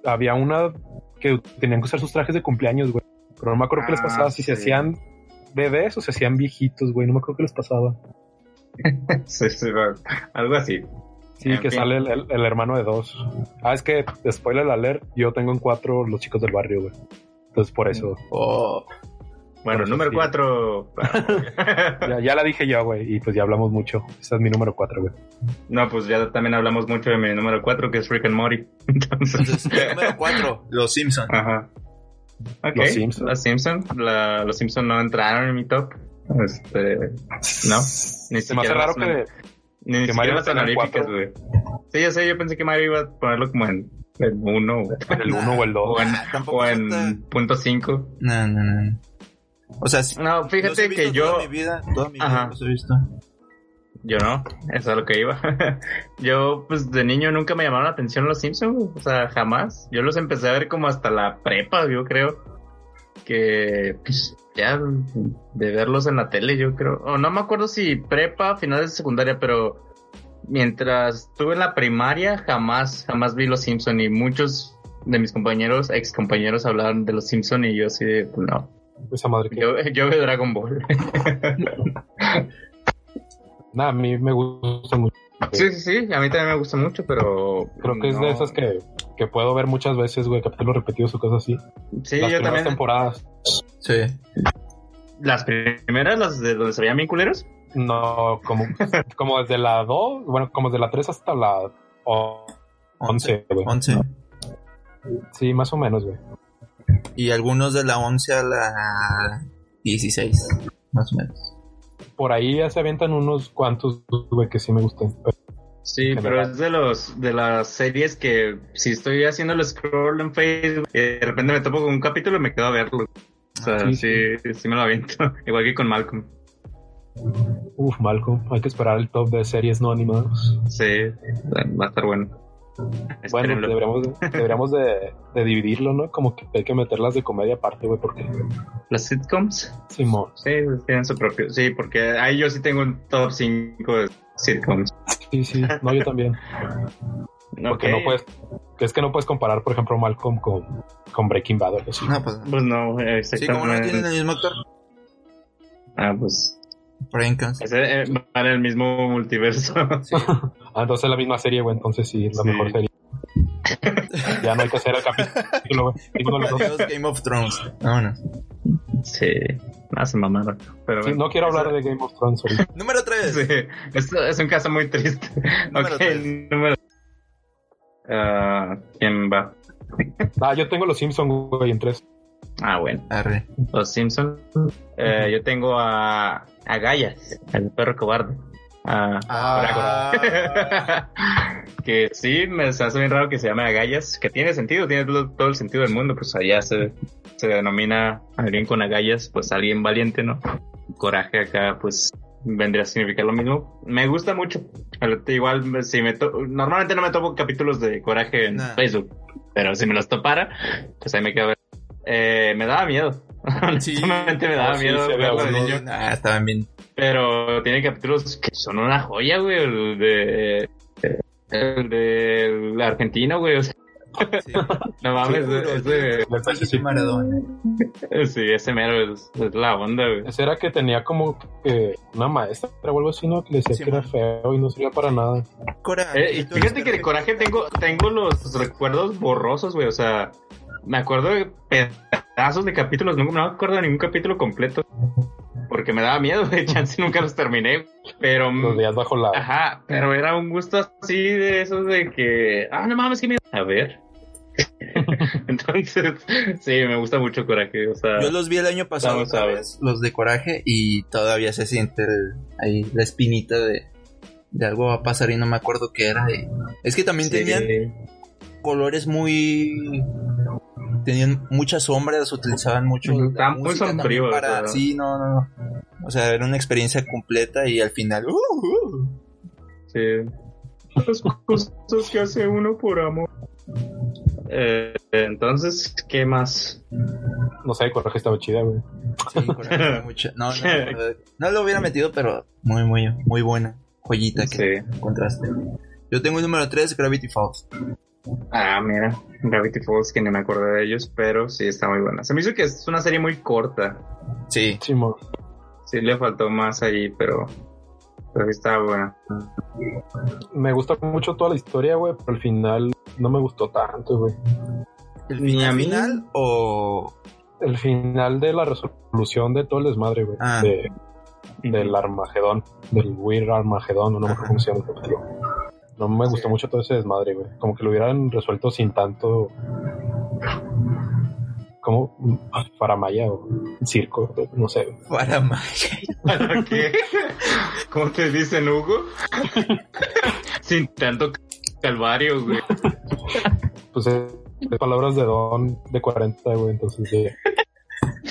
Speaker 6: Había una que tenían que usar sus trajes de cumpleaños, güey. Pero no me acuerdo qué les
Speaker 7: Ah,
Speaker 6: pasaba, si se
Speaker 7: sí.
Speaker 6: hacían bebés o se hacían viejitos, güey. No me acuerdo qué les pasaba.
Speaker 7: Sí, sí, va. algo así.
Speaker 6: Sí,
Speaker 7: En
Speaker 6: que
Speaker 7: fin.
Speaker 6: sale el, el- el hermano de dos. Ah, es que, spoiler alert, yo tengo en cuatro los chicos del barrio, güey. Entonces,
Speaker 7: Mm.
Speaker 6: por eso.
Speaker 5: Oh,
Speaker 7: Bueno,
Speaker 6: Por eso
Speaker 7: número ah,
Speaker 6: sí.
Speaker 7: 4.
Speaker 6: Ya, ya la dije yo, güey, y pues ya hablamos mucho. Esa es mi número cuatro, güey.
Speaker 7: no, pues ya también hablamos mucho de mi número 4, que es Rick and Morty. (laughs) Entonces,
Speaker 5: entonces, (laughs) número 4, Los Simpsons.
Speaker 7: Ajá. Ok.
Speaker 6: Los Simpson.
Speaker 7: Los Simpson. La- los Simpson no entraron en mi top. Este, no. Ni
Speaker 6: Se me hace
Speaker 7: siquiera
Speaker 6: raro
Speaker 7: las men-
Speaker 6: que...
Speaker 7: Ni
Speaker 6: Que
Speaker 7: siquiera
Speaker 6: Mario
Speaker 7: las
Speaker 6: está en el
Speaker 7: honoríficas,
Speaker 6: cuatro.
Speaker 7: güey. Sí, yo sé, yo pensé que Mario iba a ponerlo como en, en uno güey.
Speaker 6: El uno o el dos.
Speaker 7: o en,
Speaker 5: Ah, tampoco
Speaker 7: o
Speaker 5: está-
Speaker 7: en punto cinco.
Speaker 5: No, no, no. O sea, sí-
Speaker 7: No,
Speaker 5: los he
Speaker 7: fíjate
Speaker 5: visto
Speaker 7: que yo...
Speaker 5: Toda mi vida, toda mi vida
Speaker 7: Ajá.
Speaker 5: los he visto.
Speaker 7: Yo no, eso es lo que iba. (laughs) yo, pues de niño nunca me llamaron la atención los Simpsons, o sea, jamás. Yo los empecé a ver como hasta la prepa, yo creo. Que, pues, ya de verlos en la tele, yo creo. O no me acuerdo si prepa, finales de secundaria, pero mientras estuve en la primaria, jamás, jamás vi los Simpsons. Y muchos de mis compañeros, ex compañeros, hablaban de los Simpsons y yo así de, pues, no.
Speaker 6: (laughs) Esa madre que...
Speaker 7: Yo, yo veo Dragon Ball.
Speaker 6: Nada, a mí me gusta mucho.
Speaker 7: Sí, sí, sí, a mí también me gusta mucho, pero...
Speaker 6: Creo que es
Speaker 7: no.
Speaker 6: de esas que, que puedo ver muchas veces, güey, capítulos repetidos o cosas así.
Speaker 7: Sí,
Speaker 6: Las
Speaker 7: yo
Speaker 6: primeras
Speaker 7: también.
Speaker 6: temporadas.
Speaker 5: Sí.
Speaker 7: Las primeras, las de donde se veían bien culeros.
Speaker 6: No, como, (laughs) como desde la 2, bueno, como desde la 3 hasta la o- 11, güey.
Speaker 5: 11.
Speaker 6: Sí, más o menos, güey.
Speaker 5: Y algunos de la 11 a la 16, más o menos.
Speaker 6: Por ahí ya se avientan unos cuantos, güey, que sí me gustan. Pero
Speaker 7: Sí,
Speaker 6: Qué
Speaker 7: pero
Speaker 6: verdad.
Speaker 7: es de los de las series que si estoy haciendo el scroll en Facebook y de repente me topo con un capítulo y me quedo a verlo. O sea,
Speaker 6: Sí,
Speaker 7: (laughs) sí, sí, me lo aviento. Igual que con Malcolm.
Speaker 6: Uf, Malcolm, hay que esperar el top de series no animadas.
Speaker 7: Sí, va a estar bueno.
Speaker 6: Bueno,
Speaker 7: Espérenlo.
Speaker 6: deberíamos, deberíamos de, de dividirlo, ¿no? Como que hay que meterlas de comedia aparte, güey, porque
Speaker 7: Las sitcoms,
Speaker 6: Simón.
Speaker 7: sí, tienen su propio. Sí, porque ahí yo sí tengo un top 5 de sitcoms.
Speaker 6: Sí, sí, no, yo también. Porque
Speaker 7: Ok.
Speaker 6: no puedes, que es que no puedes comparar, por ejemplo, Malcolm con, con Breaking Bad o algo así.
Speaker 5: No, pues. no.
Speaker 7: Pues no,
Speaker 5: Sí, como no tienen
Speaker 7: exactamente.
Speaker 5: el mismo actor.
Speaker 7: ah, pues.
Speaker 5: Brian Cranston.
Speaker 7: Ese, eh, va en el mismo multiverso. (laughs)
Speaker 5: Sí.
Speaker 6: Ah, entonces es la misma serie, güey, entonces sí, es la
Speaker 7: Sí.
Speaker 6: mejor serie. ya no hay que hacer el capítulo, güey. Ninguno de los dos.
Speaker 5: Adiós, Game of Thrones. Vámonos.
Speaker 7: Sí, nada, se mamaron. Pero
Speaker 6: Sí,
Speaker 7: bueno.
Speaker 6: no quiero hablar de Game of Thrones ahorita.
Speaker 5: Número
Speaker 7: (laughs)
Speaker 5: 3.
Speaker 7: Sí, es, es un caso muy triste.
Speaker 5: Número
Speaker 7: ok,
Speaker 5: tres.
Speaker 7: (laughs) número. Ah, ¿Quién va?
Speaker 6: Ah, yo tengo los Simpsons, güey, en tres.
Speaker 7: Ah, bueno,
Speaker 5: Arre.
Speaker 7: los Simpson. Eh, yo tengo a, a Gallas, el perro cobarde. Ah, (laughs) que sí, me se hace bien raro que se llame agallas, que tiene sentido, tiene todo, todo el sentido del mundo, pues allá se, se denomina alguien con agallas, pues alguien valiente, ¿no? Coraje acá, pues vendría a significar lo mismo. Me gusta mucho, al- igual si me to- normalmente no me topo capítulos de coraje en
Speaker 5: Nah.
Speaker 7: Facebook, pero si me los topara, pues ahí me quedo. Eh, me daba miedo. (laughs)
Speaker 5: Sí.
Speaker 7: Honestamente me daba
Speaker 6: Sí,
Speaker 7: miedo
Speaker 6: se ve
Speaker 7: (laughs) verlo de
Speaker 6: aburrido.
Speaker 7: niño.
Speaker 5: Ah, estaban bien.
Speaker 7: Pero tiene capítulos que son una joya, güey. El de. El de la Argentina, güey. O sea,
Speaker 5: Sí.
Speaker 7: no mames,
Speaker 5: Seguro,
Speaker 7: es de-
Speaker 6: Del
Speaker 5: Francisco
Speaker 6: PCC.
Speaker 5: Maradona.
Speaker 7: sí, ese mero es, es la onda, güey.
Speaker 6: Ese era que tenía como que una maestra o algo así, ¿no? Que le decía
Speaker 5: Sí,
Speaker 6: que era
Speaker 5: man.
Speaker 6: feo y no servía para nada.
Speaker 5: Cora.
Speaker 7: Eh, y fíjate que de coraje tengo, tengo los recuerdos borrosos, güey. O sea, me acuerdo de pedazos de capítulos, no, no me acuerdo de ningún capítulo completo. Porque me daba miedo, (laughs) güey. Chance nunca los terminé. Pero
Speaker 6: Los días bajo la.
Speaker 7: Mm. Ajá, pero era un gusto así de esos de que, ah, no mames, que me... A (laughs) ver. Entonces, sí, me gusta mucho Coraje, o sea,
Speaker 5: Yo los vi el año pasado,
Speaker 7: Vamos a
Speaker 5: otra
Speaker 7: ver.
Speaker 5: vez, los de coraje, y todavía se siente el- ahí la espinita de, de algo va a pasar y no me acuerdo qué era. y- Es que también
Speaker 7: sí,
Speaker 5: tenían colores muy... Tenían muchas sombras, utilizaban mucho...
Speaker 7: Ujú,
Speaker 5: la
Speaker 7: estaban muy
Speaker 5: música también
Speaker 7: sombríos,
Speaker 5: para-
Speaker 7: ¿verdad?
Speaker 5: Sí, no, no, no. O sea, era una experiencia completa y al final... ¡uh, uh!
Speaker 7: sí. Las cosas que hace uno por amor. Eh, entonces, ¿qué más?
Speaker 6: No sé, coraje estaba chida, güey.
Speaker 5: Sí, Coraje tenía mucha- No, no, me acuerdo. no lo hubiera metido, pero muy, muy, muy buena. Joyita que
Speaker 7: Sí.
Speaker 5: encontraste. Yo tengo el número 3, Gravity Falls.
Speaker 7: Ah, mira, Gravity Falls, que ni me acuerdo de ellos, pero sí, está muy buena. Se me hizo que es una serie muy corta,
Speaker 5: Sí.
Speaker 6: Simón.
Speaker 7: sí le faltó más ahí, pero, pero sí estaba buena.
Speaker 6: Me gusta mucho toda la historia, güey, pero al final no me gustó tanto, güey.
Speaker 5: ¿El
Speaker 7: Ni
Speaker 5: final,
Speaker 7: a mí.
Speaker 5: final o...?
Speaker 6: El final de la resolución de todo el desmadre, güey.
Speaker 5: Ah.
Speaker 6: De- del Armagedón, del Weird Armagedón, no me acuerdo cómo se llama el capítulo. No me gustó mucho todo ese desmadre, güey. Como que lo hubieran resuelto sin tanto. Como faramaya o circo, no sé.
Speaker 5: Para Maya.
Speaker 7: ¿Para qué? ¿Cómo te dicen, Hugo? Sin tanto calvario, güey.
Speaker 6: Pues eh, palabras de don de 40, güey. Entonces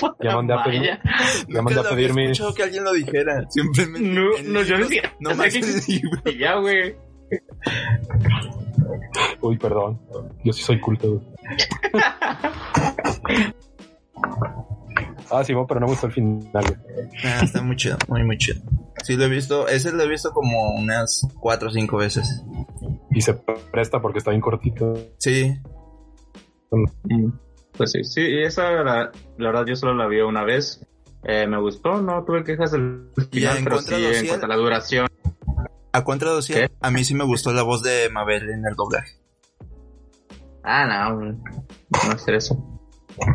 Speaker 6: ya, ya mandé a pedir.
Speaker 7: Vaya.
Speaker 6: Ya
Speaker 5: Nunca
Speaker 6: mandé a
Speaker 5: lo había
Speaker 6: pedir mi-
Speaker 5: escuchado que alguien lo dijera. Simplemente.
Speaker 7: No,
Speaker 5: en
Speaker 7: no, yo no
Speaker 5: libros,
Speaker 7: sé.
Speaker 5: No
Speaker 7: sé (laughs)
Speaker 5: más (laughs)
Speaker 7: que-
Speaker 5: en libros.
Speaker 7: y ya, güey.
Speaker 6: Uy, perdón. Yo sí soy culto, güey. Ah, sí, bueno, pero no me gustó el final, güey.
Speaker 5: Ah, está muy chido, muy, muy chido. Sí, lo he visto. Ese lo he visto como unas cuatro o cinco veces.
Speaker 6: Y se presta porque está bien cortito.
Speaker 5: Sí.
Speaker 7: Pues sí, sí, esa, la, la verdad, yo solo la vi una vez. Eh, me gustó, no tuve quejas del final,
Speaker 5: en
Speaker 7: pero
Speaker 5: contra
Speaker 7: sí,
Speaker 5: de
Speaker 7: en
Speaker 5: Ociel.
Speaker 7: cuanto a la duración.
Speaker 5: A contra 200,
Speaker 7: ¿Qué?
Speaker 5: a mí sí me gustó la voz de Mabel en el doblaje.
Speaker 7: Ah, no, güey. No hacer eso.
Speaker 6: Yo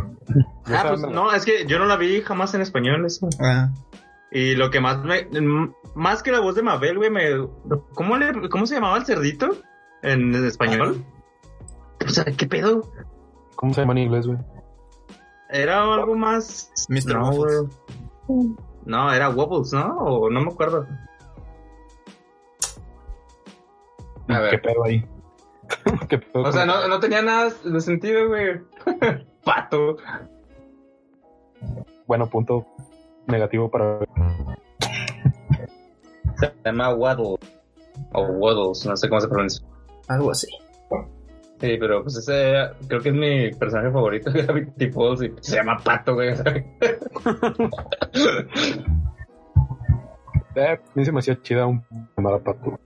Speaker 7: Ah,
Speaker 6: esa
Speaker 7: pues
Speaker 6: me-
Speaker 7: no, es que yo no la vi jamás en español, eso.
Speaker 5: Ah,
Speaker 7: Y lo que más me. m- Más que la voz de Mabel, güey, me. ¿Cómo, le, ¿Cómo se llamaba el cerdito? En español. Ah. O sea, ¿qué pedo?
Speaker 6: ¿Cómo se llama en inglés, güey?
Speaker 7: Era algo más.
Speaker 5: Mr.
Speaker 7: No,
Speaker 5: Waffles.
Speaker 7: güey. No, era Wobbles, ¿no? O no me acuerdo. A
Speaker 6: ¿Qué
Speaker 7: ver.
Speaker 6: pedo ahí? (laughs) ¿Qué pedo
Speaker 7: O
Speaker 6: con-
Speaker 7: sea, no, no tenía nada de sentido, güey. (laughs) Pato.
Speaker 6: Bueno, punto negativo para...
Speaker 7: Se llama Waddle. O Waddles, no sé cómo se pronuncia.
Speaker 5: Algo así.
Speaker 7: Sí, pero pues ese creo que es mi personaje favorito, Gravity Falls, y se llama Pato, güey.
Speaker 6: Eh, a mí se me hacía chida un llamada pato.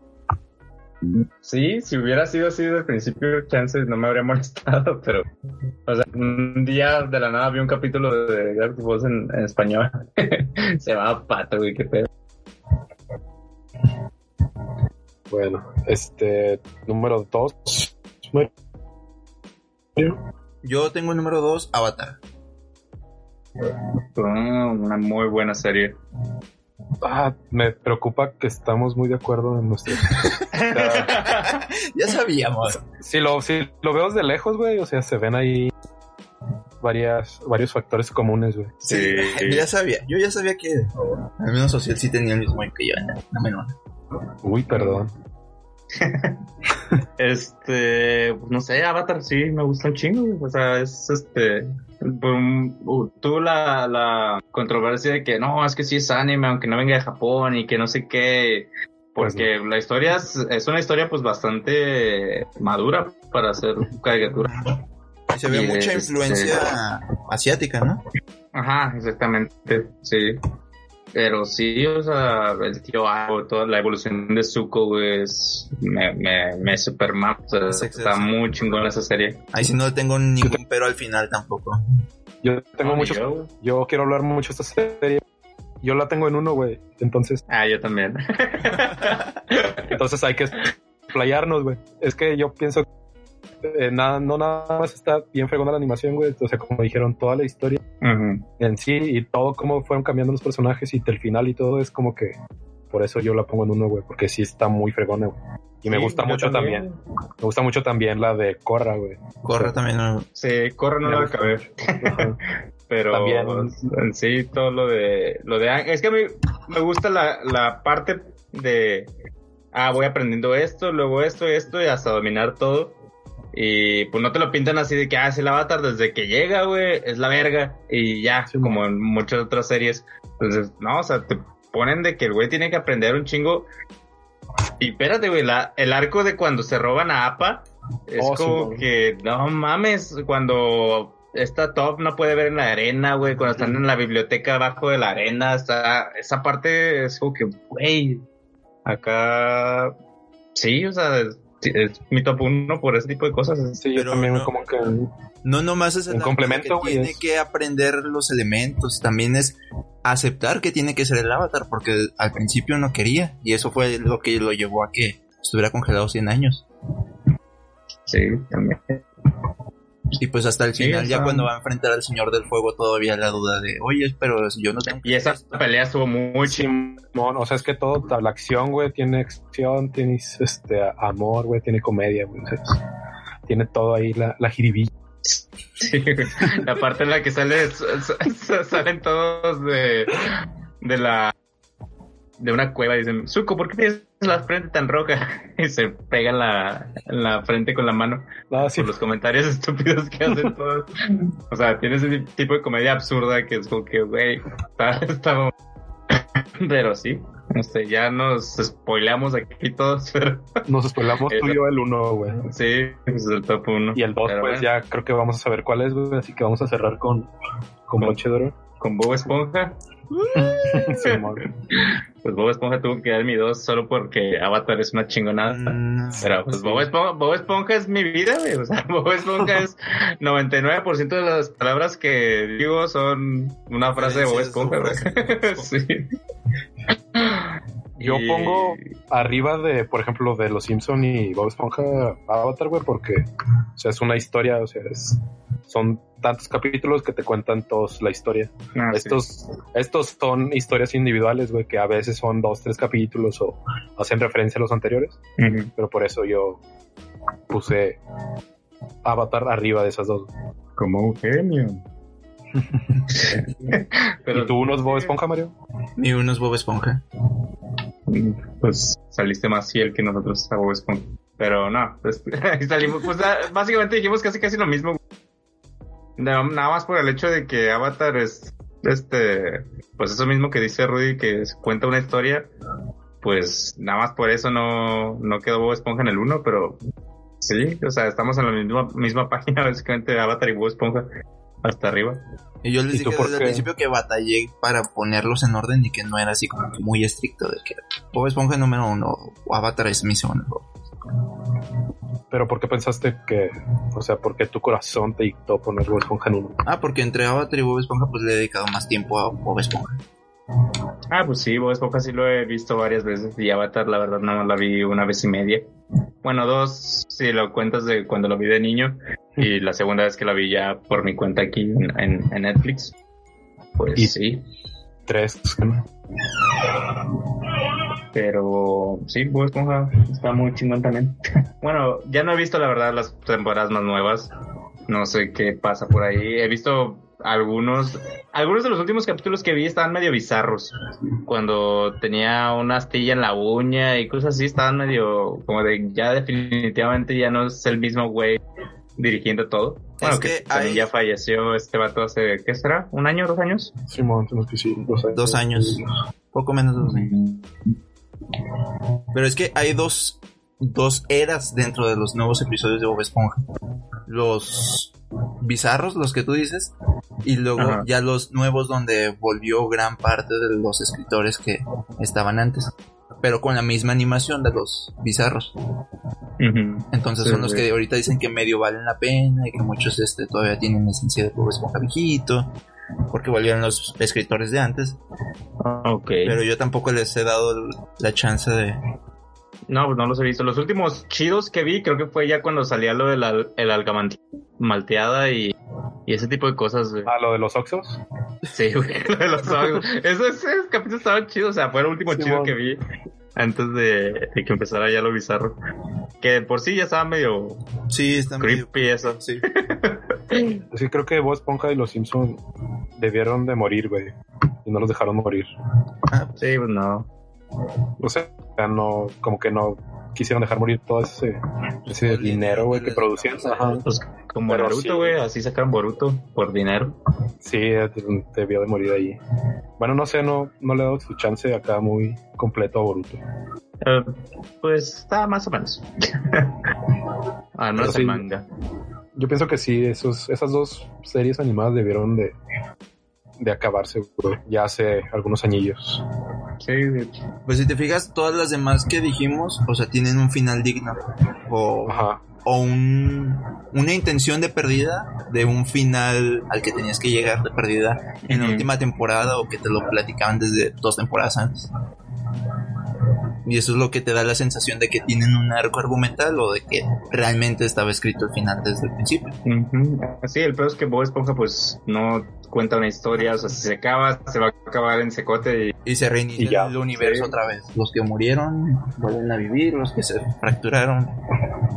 Speaker 7: Sí, si hubiera sido así desde el principio, chances no me habría (laughs) molestado, pero, o sea, un día de la nada vi un capítulo de Gravity Falls en, en español. (laughs) se llamaba Pato, güey, qué pedo.
Speaker 6: Bueno, este número dos. Mario.
Speaker 5: Yo tengo el número 2, Avatar.
Speaker 7: Ah, una muy buena serie.
Speaker 6: Ah, me preocupa que estamos muy de acuerdo en nuestro.
Speaker 5: Ya (laughs) sabíamos.
Speaker 6: si lo, si lo veo desde lejos, güey, o sea, se ven ahí varias, varios factores comunes, güey.
Speaker 7: Sí.
Speaker 5: Yo ya sabía, yo ya sabía que al menos Social sí tenía el mismo año que yo, ¿no? no menor.
Speaker 6: Uy, perdón.
Speaker 7: Este, pues, no sé, Avatar sí, me gusta un chingo. güey. O sea, es este. boom, uh, tuvo la, la controversia de que no, es que sí es anime, aunque no venga de Japón y que no sé qué. Porque la historia es, es una historia, pues bastante madura para hacer caricatura.
Speaker 5: Y se ve
Speaker 7: Y
Speaker 5: mucha
Speaker 7: este-
Speaker 5: influencia asiática, ¿no?
Speaker 7: Ajá, exactamente, sí. Pero sí, o sea, el tío Aho, toda la evolución de Zuko, güey, es, me, me, me superma. O sea,
Speaker 5: Sí, sí,
Speaker 7: está
Speaker 5: sí.
Speaker 7: muy chingón esa serie.
Speaker 5: Ahí sí no tengo ningún pero al final tampoco.
Speaker 6: Yo tengo
Speaker 7: Ah,
Speaker 6: muchos.
Speaker 7: yo, güey.
Speaker 6: Yo quiero hablar mucho de esta serie. Yo la tengo en uno, güey. Entonces,
Speaker 7: Ah, yo también.
Speaker 6: entonces hay que playarnos, güey. Es que yo pienso que eh, nada, no nada más está bien fregona la animación, güey. O sea, como dijeron, toda la historia
Speaker 7: Ujú.
Speaker 6: en sí y todo cómo fueron cambiando los personajes y el final y todo es como que por eso yo la pongo en uno, güey, porque sí está muy fregona, güey. Y me
Speaker 7: Sí,
Speaker 6: gusta
Speaker 7: yo
Speaker 6: mucho también. Me gusta mucho también la de Corra, güey.
Speaker 5: Corra también. ¿no?
Speaker 7: Sí, corre no
Speaker 6: Me
Speaker 7: la
Speaker 6: gusta.
Speaker 7: acabé.
Speaker 6: Ajá.
Speaker 7: Pero
Speaker 6: También.
Speaker 7: en sí, todo lo de. lo de Ang- Es que a mí me gusta la, la parte de. Ah, voy aprendiendo esto, luego esto, esto, y hasta dominar todo. Y pues no te lo pintan así de que, ah, es el avatar desde que llega, güey, es la verga. Y ya,
Speaker 6: Sí.
Speaker 7: como en muchas otras series. Entonces, no, o sea, te ponen de que el güey tiene que aprender un chingo. Y espérate, güey, la- el arco de cuando se roban a APA es
Speaker 6: Oh, sí,
Speaker 7: como
Speaker 6: güey.
Speaker 7: que, no mames, cuando esta top no puede ver en la arena, güey, cuando están en la biblioteca abajo de la arena, está, esa parte es como que, güey, acá, sí, o sea, es, es mi top uno por ese tipo de cosas.
Speaker 6: (laughs) Sí, yo
Speaker 5: Pero
Speaker 6: también
Speaker 5: no.
Speaker 6: como que
Speaker 5: No nomás es el
Speaker 6: Un complemento,
Speaker 5: que
Speaker 6: güey,
Speaker 5: tiene
Speaker 6: es-
Speaker 5: que aprender los elementos, también es aceptar que tiene que ser el avatar, porque al principio no quería, y eso fue lo que lo llevó a que estuviera congelado 100 años.
Speaker 7: Sí, también.
Speaker 5: Y pues hasta el
Speaker 7: Sí,
Speaker 5: final,
Speaker 7: o
Speaker 5: ya
Speaker 7: sea-
Speaker 5: cuando va a enfrentar al Señor del Fuego, todavía la duda de, oye, pero si yo no tengo...
Speaker 7: Y esa pelea estuvo muy chingona.
Speaker 6: Simón, o sea, es que todo, la acción, güey, tiene acción, tienes este amor, güey, tiene comedia, güey. o sea, tiene todo ahí la, la jiribilla.
Speaker 7: Sí, (laughs) la parte en la que sale, s- s- salen todos de, de la de una cueva y dicen, Suco, ¿por qué tienes la frente tan roja? (laughs) Y se pega en la, en la frente con la mano
Speaker 6: No, sí,
Speaker 7: por los comentarios (laughs) estúpidos
Speaker 6: (laughs)
Speaker 7: que hacen todos. O sea, tiene ese tipo de comedia absurda que es como que, güey, está, está... (laughs) Pero sí, no sé, ya nos spoileamos aquí todos, (laughs) pero
Speaker 6: (laughs) nos spoilamos tú y yo el uno, güey.
Speaker 7: sí, pues el top 1.
Speaker 6: Y el 2, pues ya creo que vamos a saber cuál es, güey. Así que vamos a cerrar con, con broche de
Speaker 7: (laughs)
Speaker 6: oro.
Speaker 7: Con Bob Esponja.
Speaker 6: Simón.
Speaker 7: Pues Bob Esponja tuvo que dar mi 2 solo porque Avatar es una chingonada.
Speaker 5: Mm,
Speaker 7: Pero pues Bob Esponja, Bob Esponja es mi vida, güey. O sea, (laughs) Bob Esponja es 99% de las palabras que digo son una frase de Bob Esponja, (laughs) güey. sí.
Speaker 6: Yo
Speaker 7: Y-
Speaker 6: pongo Arriba de, por ejemplo, de Los Simpson y Bob Esponja Avatar, güey, porque o sea, es una historia, o sea, es- son tantos capítulos que te cuentan todos la historia.
Speaker 7: Ah, sí.
Speaker 6: Estos, estos son historias individuales, güey, que a veces son dos, tres capítulos o hacen referencia a los anteriores,
Speaker 7: Ujú.
Speaker 6: pero por eso yo puse Avatar arriba de esas dos.
Speaker 7: Como un genio.
Speaker 6: ¿Y tú unos Bob Esponja, Mario?
Speaker 5: Ni uno es Bob Esponja.
Speaker 7: pues saliste más fiel que nosotros a Bob Esponja. Pero no, pues (laughs) ahí salimos. Pues, ah, básicamente dijimos casi casi lo mismo. Na- Nada más por el hecho de que Avatar es este, pues eso mismo que dice Rudy, que es- cuenta una historia, pues nada más por eso no, no quedó Bob Esponja en el 1, pero sí, o sea, estamos en la misma, misma (laughs) página, básicamente Avatar y Bob Esponja hasta arriba.
Speaker 5: Y yo les
Speaker 6: ¿Y
Speaker 5: dije
Speaker 6: tú por
Speaker 5: desde el
Speaker 6: qué?
Speaker 5: principio que batallé para ponerlos en orden y que no era así como que muy estricto de que Bob Esponja es número uno o Avatar es mi segundo juego.
Speaker 6: Pero ¿por qué pensaste que, o sea, por qué tu corazón te dictó poner Bob Esponja en uno?
Speaker 5: Ah, porque entre Avatar y Bob Esponja pues le he dedicado más tiempo a Bob Esponja.
Speaker 7: Ah, pues sí, Bob Esponja sí lo he visto varias veces y Avatar la verdad no la vi una vez y media. Bueno, dos, si lo cuentas de cuando lo vi de niño y la segunda vez que la vi ya por mi cuenta aquí en, en- en Netflix. Pues
Speaker 6: Y-
Speaker 7: sí,
Speaker 6: Tres.
Speaker 7: pero sí, Bob Esponja está muy chingón también. (laughs) bueno, ya no he visto la verdad las temporadas más nuevas. No sé qué pasa por ahí. He visto algunos, algunos de los últimos capítulos que vi estaban medio bizarros. Cuando tenía una astilla en la uña y cosas así, estaban medio como de ya definitivamente ya no es el mismo güey dirigiendo todo. Bueno,
Speaker 5: Es
Speaker 7: que,
Speaker 5: que
Speaker 7: también
Speaker 5: ahí-
Speaker 7: ya falleció este vato hace, ¿qué será? ¿Un año, dos años?
Speaker 6: Simón, tenemos que sí, dos años.
Speaker 5: Dos años. Poco menos de dos años. Pero es que hay dos, dos eras dentro de los nuevos episodios de Bob Esponja. Los bizarros, los que tú dices, y luego
Speaker 7: Ajá.
Speaker 5: ya los nuevos donde volvió gran parte de los escritores que estaban antes. Pero con la misma animación de los bizarros.
Speaker 7: Ujú.
Speaker 5: Entonces
Speaker 7: Sí,
Speaker 5: son los
Speaker 7: sí.
Speaker 5: que ahorita dicen que medio valen la pena y que muchos este, todavía tienen esencia de Bob Esponja viejito. Porque volvieron los escritores de antes.
Speaker 7: Ok.
Speaker 5: Pero yo tampoco les he dado la chance de.
Speaker 7: No, pues no los he visto. Los últimos chidos que vi creo que fue ya cuando salía lo del al- el algamanti- malteada y, y ese tipo de cosas, güey.
Speaker 6: Ah, lo de los Oxos.
Speaker 7: Sí, güey, (laughs) lo de los ojos. Esos, esos capítulos estaban chidos, o sea, fue el último
Speaker 6: Sí,
Speaker 7: chido
Speaker 6: mon.
Speaker 7: que vi antes de, de que empezara ya lo bizarro. Que de por sí ya estaba medio
Speaker 5: Sí, está medio-
Speaker 7: creepy eso.
Speaker 5: Sí.
Speaker 6: Sí, creo que Bob Esponja y los Simpson debieron de morir, güey. Y no los dejaron morir.
Speaker 7: Sí, pues no.
Speaker 6: O sea, no, como que no quisieron dejar morir todo ese, ese
Speaker 5: Todo el dinero
Speaker 6: dinero, güey,
Speaker 5: que
Speaker 6: que
Speaker 5: les
Speaker 6: producían. Ajá.
Speaker 7: Pues como
Speaker 6: Pero sí.
Speaker 7: Naruto, güey, así sacaron Boruto por dinero.
Speaker 6: Sí, eh, debió de morir ahí. Bueno, no sé, no, no le he dado su chance acá muy completo a Boruto.
Speaker 7: Eh, pues está más o menos. (laughs) Ah, Al menos
Speaker 6: sí.
Speaker 7: el manga.
Speaker 6: Yo pienso que sí, esos, esas dos series animadas debieron de, de acabarse güey, ya hace algunos añillos.
Speaker 7: Sí, güey.
Speaker 5: Pues si te fijas, todas las demás que dijimos, o sea, tienen un final digno. O,
Speaker 6: Ajá.
Speaker 5: o un, una intención de pérdida de un final al que tenías que llegar de pérdida en la
Speaker 7: Ujú.
Speaker 5: última temporada o que te lo platicaban desde dos temporadas antes. Y eso es lo que te da la sensación de que tienen un arco argumental o de que realmente estaba escrito el final desde el principio.
Speaker 7: Ujú. Sí, el peor es que Bob Esponja pues no cuenta una historia, o sea, si se acaba, se va a acabar en secote y
Speaker 5: Y se reinicia
Speaker 6: Y ya.
Speaker 5: el universo
Speaker 7: Sí.
Speaker 5: otra vez. Los que murieron vuelven a vivir, los que se fracturaron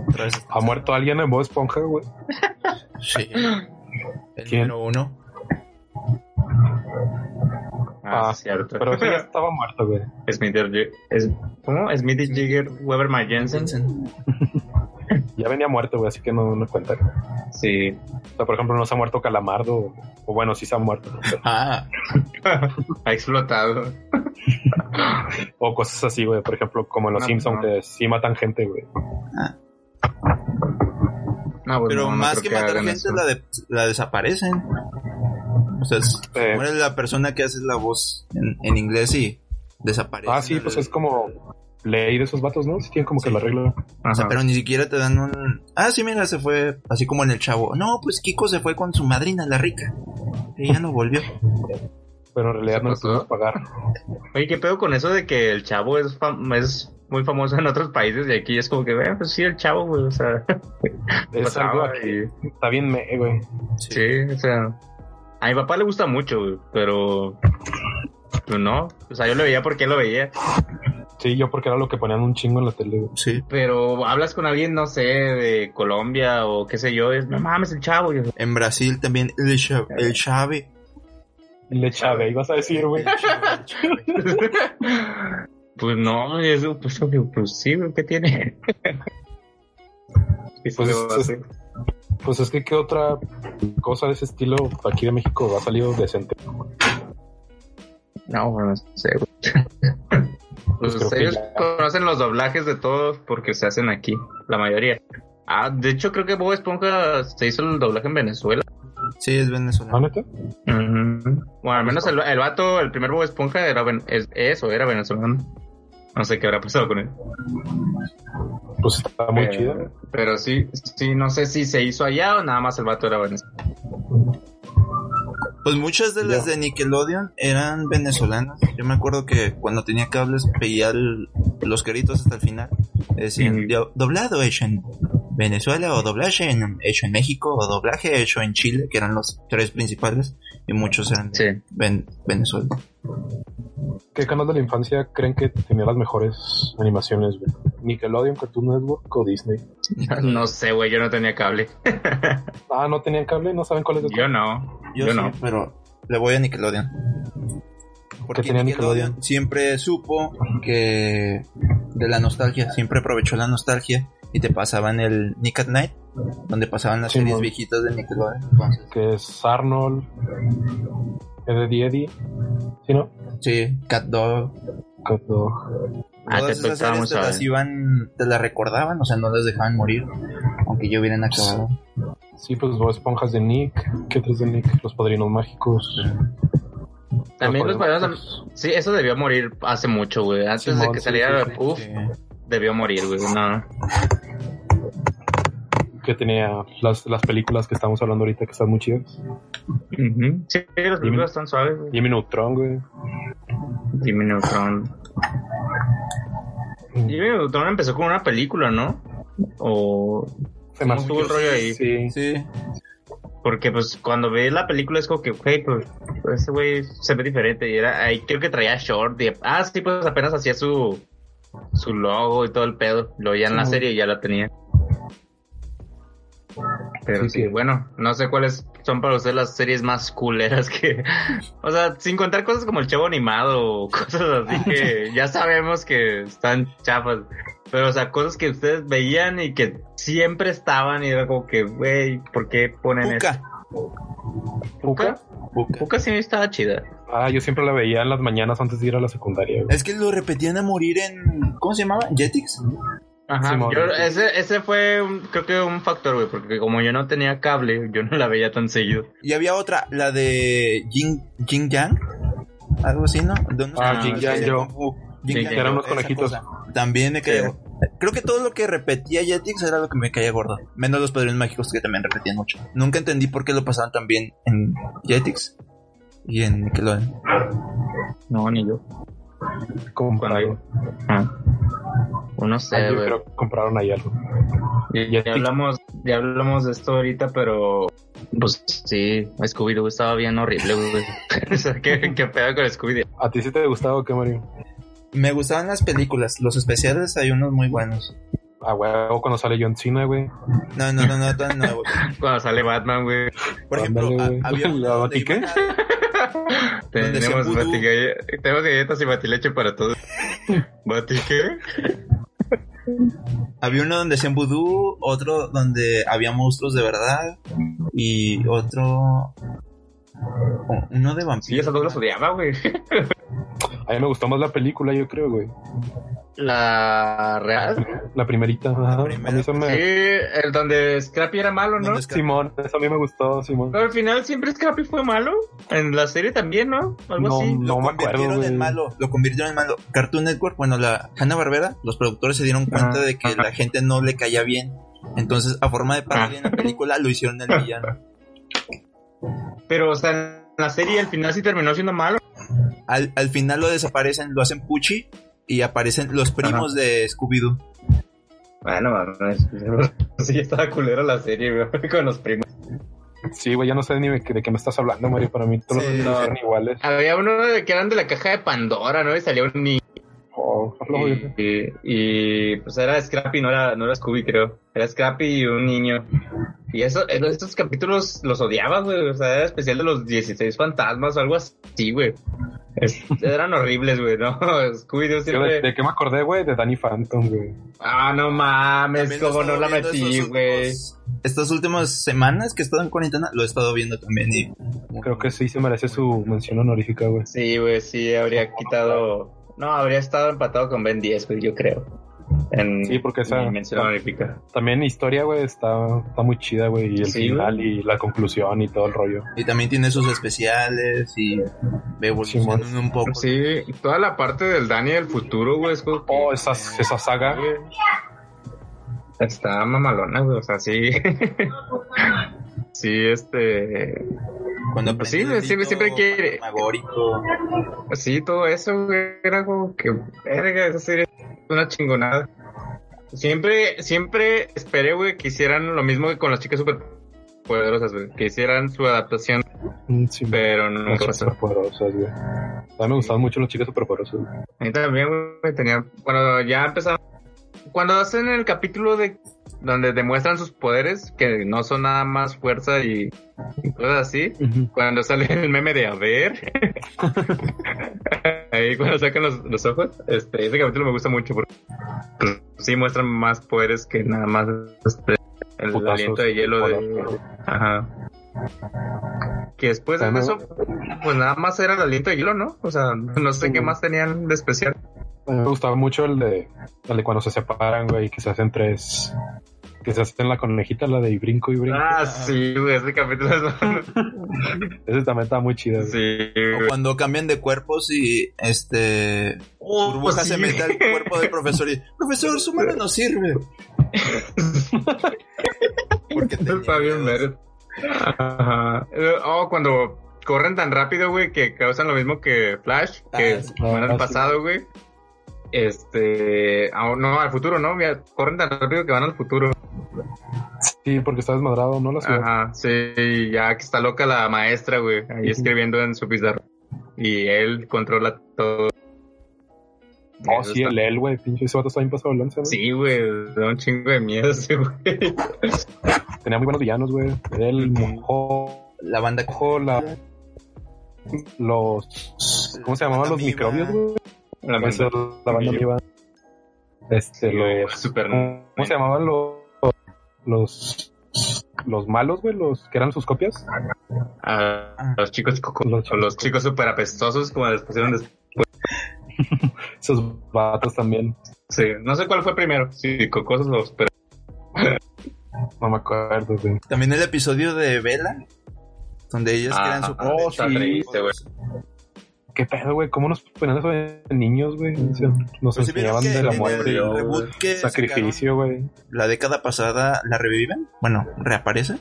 Speaker 5: otra vez.
Speaker 6: ¿Ha muerto alguien en Bob Esponja, güey?
Speaker 5: Sí. El
Speaker 6: ¿Quién?
Speaker 5: número uno.
Speaker 7: ah, sí, cierto.
Speaker 6: Pero ese ya estaba muerto, güey.
Speaker 7: (laughs) Smith y- es- ¿Cómo? Smith y Jigger Weberman Jensen.
Speaker 5: Jensen.
Speaker 6: Ya venía muerto, güey, así que no, no cuenta.
Speaker 7: Sí.
Speaker 6: O sea, por ejemplo, no se ha muerto Calamardo, o, o bueno, sí se ha muerto. pero-
Speaker 5: Ah,
Speaker 7: ha explotado.
Speaker 6: o cosas así, güey. Por ejemplo, como en Los
Speaker 7: No,
Speaker 6: Simpsons,
Speaker 7: no.
Speaker 6: que sí matan gente, güey.
Speaker 7: No, pues,
Speaker 5: pero
Speaker 7: no, no
Speaker 5: más
Speaker 7: creo
Speaker 5: que matar
Speaker 7: hagan
Speaker 5: gente,
Speaker 7: eso.
Speaker 5: la, de- la desaparecen. O sea, es,
Speaker 6: Eh.
Speaker 5: muere la persona que hace la voz en, en inglés y desaparece.
Speaker 6: Ah, sí, pues es como ley de esos vatos, ¿no? Sí, tienen como que la regla.
Speaker 7: Ajá.
Speaker 5: O sea, pero ni siquiera te dan un... Ah, sí, mira, se fue así como en el chavo. No, pues Kiko se fue con su madrina, la rica. Y ya no volvió.
Speaker 6: Pero en realidad
Speaker 7: ¿Se
Speaker 6: pues, no les podemos
Speaker 7: pasó?
Speaker 6: pagar.
Speaker 7: Oye, ¿qué pedo con eso de que el chavo es, fam- es muy famoso en otros países y aquí es como que, eh, pues sí, el chavo, güey, o sea, (laughs)
Speaker 6: Es algo
Speaker 7: pasaba
Speaker 6: aquí.
Speaker 7: y-
Speaker 6: Está bien, me, güey.
Speaker 7: Sí, o sea, a mi papá le gusta mucho, güey, pero tú no. O sea, yo lo veía porque lo veía,
Speaker 6: Sí, yo porque era lo que ponían un chingo en la tele, güey.
Speaker 5: Sí.
Speaker 7: pero hablas con alguien, no sé, de Colombia o qué sé yo, y es, no mames, el chavo. y yo, (laughs)
Speaker 5: En Brasil también el, Cha- el Chave.
Speaker 6: Le chave, ibas a decir, güey.
Speaker 7: pues no, y eso, pues, obvio, pues sí, güey, ¿qué tiene? (laughs) Y
Speaker 6: Pues,
Speaker 7: luego así.
Speaker 6: Pues es que, ¿qué otra cosa de ese estilo aquí de México ha salido decente? (laughs)
Speaker 7: No, güey, no sé, güey. Pues,
Speaker 6: creo que
Speaker 7: ellos
Speaker 6: ya.
Speaker 7: conocen los doblajes de todos porque se hacen aquí, la mayoría. Ah, de hecho creo que Bob Esponja se hizo el doblaje en Venezuela.
Speaker 5: Sí, es
Speaker 6: ¿Ah,
Speaker 5: venezolano.
Speaker 6: neta?
Speaker 7: Ujú. Bueno, al menos el, el vato, el primer Bob Esponja era ven- es- es o era venezolano. No sé qué habrá pasado con él.
Speaker 6: Pues está muy
Speaker 7: Eh,
Speaker 6: chido.
Speaker 7: Pero sí, sí, no sé si se hizo allá o nada más el vato era venezolano.
Speaker 5: Pues muchas de las de Nickelodeon eran venezolanas. Yo me acuerdo que cuando tenía cables veía el- los créditos hasta el final. Decían,
Speaker 7: Ujú.
Speaker 5: "Do- doblado hecho en Venezuela o doblaje en- hecho en México o doblaje hecho en Chile, que eran los tres principales y muchos eran de
Speaker 7: Sí.
Speaker 5: Ven- Venezuela.
Speaker 6: ¿Qué canal de la infancia creen que tenía las mejores animaciones, güey? ¿Nickelodeon, Cartoon Network o Disney?
Speaker 7: No sé, güey, yo no tenía cable.
Speaker 6: Ah, ¿no tenían cable? ¿No saben cuál es?
Speaker 7: Yo no. Yo,
Speaker 5: Yo, sí,
Speaker 7: no.
Speaker 5: pero le voy a Nickelodeon. Porque
Speaker 6: tenía
Speaker 5: Nickelodeon,
Speaker 6: Nickelodeon?
Speaker 5: siempre supo que de la nostalgia, siempre aprovechó la nostalgia y te pasaban el Nick at Night, donde pasaban las
Speaker 6: Sí,
Speaker 5: series
Speaker 6: mon.
Speaker 5: viejitas de Nickelodeon. Entonces,
Speaker 6: Que es Arnold, Eddie Eddie. ¿Sí, no?
Speaker 5: sí, Cat Dog.
Speaker 6: Cuando-
Speaker 7: Ah, te
Speaker 5: todas esas
Speaker 6: este
Speaker 7: tocaba,
Speaker 5: series te las
Speaker 7: ¿sabes?
Speaker 5: iban, te las recordaban, o sea, no las dejaban morir, aunque ya hubieran acabado.
Speaker 6: Sí, pues Bob Esponjas de Nick. ¿Qué otros de Nick? Los Padrinos Mágicos.
Speaker 7: También
Speaker 6: Padrinos
Speaker 7: los padrinos-
Speaker 6: Mágicos.
Speaker 7: Sí, eso debió morir hace mucho, güey. Antes de
Speaker 6: Simón,
Speaker 7: que
Speaker 6: sí,
Speaker 7: saliera,
Speaker 6: sí, sí,
Speaker 7: uff, debió morir, güey. No.
Speaker 6: Que tenía las, las películas que estamos hablando ahorita que están muy chidas.
Speaker 7: Ujú. Sí, los libros están suaves, güey.
Speaker 6: Jimmy Neutron, güey.
Speaker 7: Jimmy Neutron. Jimmy Neutron empezó con una película, ¿no? O.
Speaker 6: Se
Speaker 7: ¿Cómo estuvo el rollo ahí?
Speaker 6: Sí.
Speaker 5: Sí,
Speaker 7: Porque, pues, cuando ves la película es como que, güey, pues, ese güey se ve diferente. Y era, ahí creo que traía short. Y, ah, sí, pues apenas hacía su. Su logo y todo el pedo. Lo ya en la
Speaker 6: Sí.
Speaker 7: serie y ya la tenía. Pero
Speaker 6: Sí,
Speaker 7: sí,
Speaker 6: que-
Speaker 7: bueno, no sé cuáles son para ustedes las series más culeras que. O sea, sin contar cosas como el chavo animado o cosas así que ya sabemos que están chafas. Pero, o sea, cosas que ustedes veían y que siempre estaban y era como que, güey, ¿por qué ponen esto?
Speaker 5: Puka.
Speaker 7: ¿Puka?
Speaker 5: Puka.
Speaker 7: Puka sí estaba chida.
Speaker 6: Ah, yo siempre la veía en las mañanas antes de ir a la secundaria. güey.
Speaker 5: Es que lo repetían a morir en. ¿Cómo se llamaba? ¿Jetix?
Speaker 7: Ajá.
Speaker 6: Simón.
Speaker 7: yo- ese, ese fue, un- creo que un factor, güey, porque como yo no tenía cable, yo no la veía tan seguido.
Speaker 5: Y había otra, la de Jin, Jin Yang. Algo así, ¿no? De unos-
Speaker 6: Ah,
Speaker 5: no,
Speaker 6: Jin
Speaker 5: sí,
Speaker 6: Yang
Speaker 5: de
Speaker 6: Yo.
Speaker 5: Kung Fu. Jin
Speaker 7: Sí,
Speaker 5: Yang
Speaker 7: que eran
Speaker 5: Yo,
Speaker 6: unos
Speaker 5: esa
Speaker 6: conejitos.
Speaker 5: cosa. También me caía.
Speaker 7: Sí.
Speaker 5: Creo que todo lo que repetía Jetix era lo que me caía gordo. Menos los padrinos mágicos que también repetían mucho. Nunca entendí por qué lo pasaban tan bien en Jetix y en Nickelodeon.
Speaker 7: No, ni yo. Cuando
Speaker 6: Compraron.
Speaker 7: yo. Ah. O no sé,
Speaker 6: Ah, yo
Speaker 7: güey.
Speaker 6: creo que compraron ahí algo.
Speaker 7: Ya, ya hablamos, ya hablamos de esto ahorita, pero pues sí, Scooby-Doo estaba bien horrible, güey. (laughs) o sea, qué, qué pedo con Scooby-Doo.
Speaker 6: ¿A ti sí te gustaba o qué, Mario?
Speaker 5: Me gustaban las películas. Los especiales hay unos muy buenos.
Speaker 6: Ah, huevo, cuando sale John Cena, güey.
Speaker 5: No, no, no, no tan nuevos.
Speaker 7: Cuando sale Batman, güey.
Speaker 5: Por ejemplo,
Speaker 6: Ándale,
Speaker 5: a-
Speaker 6: güey.
Speaker 5: había uno
Speaker 6: (laughs) ¿La
Speaker 5: donde
Speaker 6: Batique?
Speaker 5: iban a- Donde hacían
Speaker 7: Tenemos,
Speaker 5: vudú.
Speaker 7: batigalle- tenemos galletas y batileche para (laughs) todos. ¿Batiqué?
Speaker 5: Había uno donde hacían vudú, otro donde había monstruos de verdad y otro... o- Uno de vampiros.
Speaker 7: Sí, esos dos los odiaba, güey.
Speaker 6: A mí me gustó más la película, yo creo, güey.
Speaker 7: La real.
Speaker 6: La primerita. ajá.
Speaker 5: primera,
Speaker 6: a mí se
Speaker 7: Sí,
Speaker 6: me...
Speaker 7: el donde Scrappy era malo, ¿no?
Speaker 5: Donde es-
Speaker 6: Simón, eso a mí me gustó, Simón.
Speaker 7: Pero al final siempre Scrappy fue malo. En la serie también, ¿no? Algo
Speaker 6: No,
Speaker 7: así.
Speaker 5: Lo
Speaker 6: no me
Speaker 5: convirtieron
Speaker 6: acuerdo, güey.
Speaker 5: en malo, lo convirtieron en malo. Cartoon Network, bueno, la Hanna Barbera, los productores se dieron cuenta de que la gente no le caía bien. Entonces, a forma de parodia en la película, lo hicieron el villano.
Speaker 7: Pero, o sea, en la serie al final sí terminó siendo malo.
Speaker 5: Al, al final lo desaparecen, lo hacen Puchi y aparecen los primos de Scooby-Doo.
Speaker 7: Bueno, mames. (laughs) Sí, estaba culera la serie, güey, (laughs) con los primos.
Speaker 6: Sí, güey, ya no sé ni de qué, de qué me estás hablando, Mario. Para mí todos
Speaker 5: Sí,
Speaker 6: los
Speaker 7: no.
Speaker 6: no. eran iguales.
Speaker 7: Había uno de- que eran de la caja de Pandora, ¿no? Y salía un niño.
Speaker 6: Oh, lo
Speaker 7: Y,
Speaker 6: güey.
Speaker 7: y- y, pues era Scrappy, no era, no era Scooby, creo. Era Scrappy y un niño. Y eso, eh, estos capítulos los odiaba, güey. O sea, era especial de los 16 fantasmas o algo así, güey. (laughs) Es- eran horribles, güey, ¿no? (laughs) Scooby-Doo
Speaker 6: Yo de,
Speaker 7: siempre.
Speaker 6: de qué me acordé, güey? De Danny Phantom, güey.
Speaker 7: Ah, no mames,
Speaker 5: También lo he
Speaker 7: cómo no
Speaker 5: estado
Speaker 7: la
Speaker 5: viendo
Speaker 7: metí,
Speaker 5: estos
Speaker 7: güey.
Speaker 5: últimos- Estas últimas semanas que he estado en cuarentena, lo he estado viendo también. Y
Speaker 6: Creo que sí se merece su mención honorífica, güey.
Speaker 7: Sí, güey, sí, habría quitado
Speaker 8: No, habría estado empatado con Ben 10, güey, yo creo. En,
Speaker 6: Sí, porque esa-
Speaker 8: en mención honorífica.
Speaker 6: También historia, güey, está, está muy chida, güey. Y el
Speaker 8: Sí,
Speaker 6: final y la conclusión y todo el rollo.
Speaker 5: Y también tiene sus especiales y ve evolucionando un poco.
Speaker 7: Sí, y toda la parte del Dani del futuro, güey, es como que-
Speaker 6: Oh, esa, esa saga.
Speaker 7: Está mamalona, güey, o sea, sí. sí, este.
Speaker 5: Cuando
Speaker 7: Pues sí,
Speaker 5: aprende
Speaker 7: siempre-
Speaker 5: Lito,
Speaker 7: siempre quiere-
Speaker 5: Magórico.
Speaker 7: Sí, todo eso, güey, era como que. Verga, esa serie es una chingonada. Siempre, siempre esperé, güey, que hicieran lo mismo que con las chicas superpoderosas, güey. Que hicieran su adaptación,
Speaker 6: Mm, Sí,
Speaker 7: pero nunca
Speaker 6: Mujeres
Speaker 7: pasó.
Speaker 6: superpoderosas, güey. A mí me gustaban mucho los chicos superpoderosas. güey.
Speaker 7: A mí también, güey, tenía... Cuando ya empezaba... Cuando hacen el capítulo de... Donde demuestran sus poderes, que no son nada más fuerza y, y cosas así. Cuando sale el meme de a (laughs) ver. Ahí cuando sacan los, los ojos. Este, ese capítulo me gusta mucho porque pues, sí muestran más poderes que nada más este, el
Speaker 6: Putazos,
Speaker 7: aliento de hielo de...
Speaker 6: putazos.
Speaker 7: Ajá. Que después de
Speaker 6: Bueno.
Speaker 7: eso, pues nada más era el aliento de hielo, ¿no? O sea, no sé qué más tenían de especial.
Speaker 6: A mí me gustaba mucho el de, el de cuando se separan, güey, que se hacen tres. Que se hacen la conejita, la de y brinco y brinco.
Speaker 7: Ah, sí, güey, ese capítulo (laughs) es...
Speaker 6: Ese también estaba muy chido. güey.
Speaker 7: sí,
Speaker 5: O
Speaker 7: güey.
Speaker 5: cuando cambian de cuerpos y este burbuja
Speaker 7: Oh, pues sí.
Speaker 5: se mete al cuerpo del profesor
Speaker 7: (laughs)
Speaker 5: y profesor su mano no sirve. Porque tenía
Speaker 7: (laughs) Está bien,
Speaker 5: miedo.
Speaker 7: Meredith. Ajá. Eh, Oh, cuando corren tan rápido, güey, que causan lo mismo que Flash, que
Speaker 5: Ah, sí.
Speaker 7: van
Speaker 6: Ah,
Speaker 7: al
Speaker 6: sí.
Speaker 7: pasado, güey. Este, ah, no, al futuro, ¿no? Mira, corren tan rápido que van al futuro.
Speaker 6: Sí, porque está desmadrado, ¿no? La ciudad.
Speaker 7: Ajá, sí, ya que está loca la maestra, güey, ahí escribiendo en su pizarro. Y él controla todo.
Speaker 6: Oh,
Speaker 7: Eso
Speaker 6: sí,
Speaker 7: está-
Speaker 6: el él, güey. Pinche ese vato está bien pasado de lanza, güey.
Speaker 7: Sí, güey, da un chingo de miedo
Speaker 6: (laughs)
Speaker 7: ese, güey.
Speaker 6: Tenía muy buenos villanos, güey. El mojo,
Speaker 5: La banda co-
Speaker 6: la. Los. ¿Cómo se llamaban los
Speaker 5: Amiba.
Speaker 6: microbios, güey?
Speaker 7: La
Speaker 6: Eso,
Speaker 7: verdad.
Speaker 6: la banda amiba. Este,
Speaker 7: Sí, güey,
Speaker 6: los.
Speaker 7: super-
Speaker 6: ¿Cómo se llamaban los. Los. Los malos, güey, los que eran sus copias.
Speaker 7: A
Speaker 6: Ah.
Speaker 7: los chicos coco-
Speaker 6: Los
Speaker 7: o
Speaker 6: chicos
Speaker 7: los chicos super apestosos como les pusieron después.
Speaker 6: Esos vatos también.
Speaker 7: Sí, no sé cuál fue primero. Sí, cocosos o super.
Speaker 6: No me acuerdo, güey.
Speaker 5: También el episodio de Vela donde ellas
Speaker 7: Ah,
Speaker 5: crean su
Speaker 7: ah, está triste, güey.
Speaker 6: ¿Qué pedo, güey? ¿Cómo nos ponían eso de niños, güey? O sea, Nos
Speaker 5: Pues si vieron
Speaker 6: enseñaban
Speaker 5: que
Speaker 6: de la
Speaker 5: en
Speaker 6: muerte y
Speaker 5: el
Speaker 6: el
Speaker 5: reboot que sacaron
Speaker 6: sacrificio, güey.
Speaker 5: la década pasada la reviven, bueno, reaparece.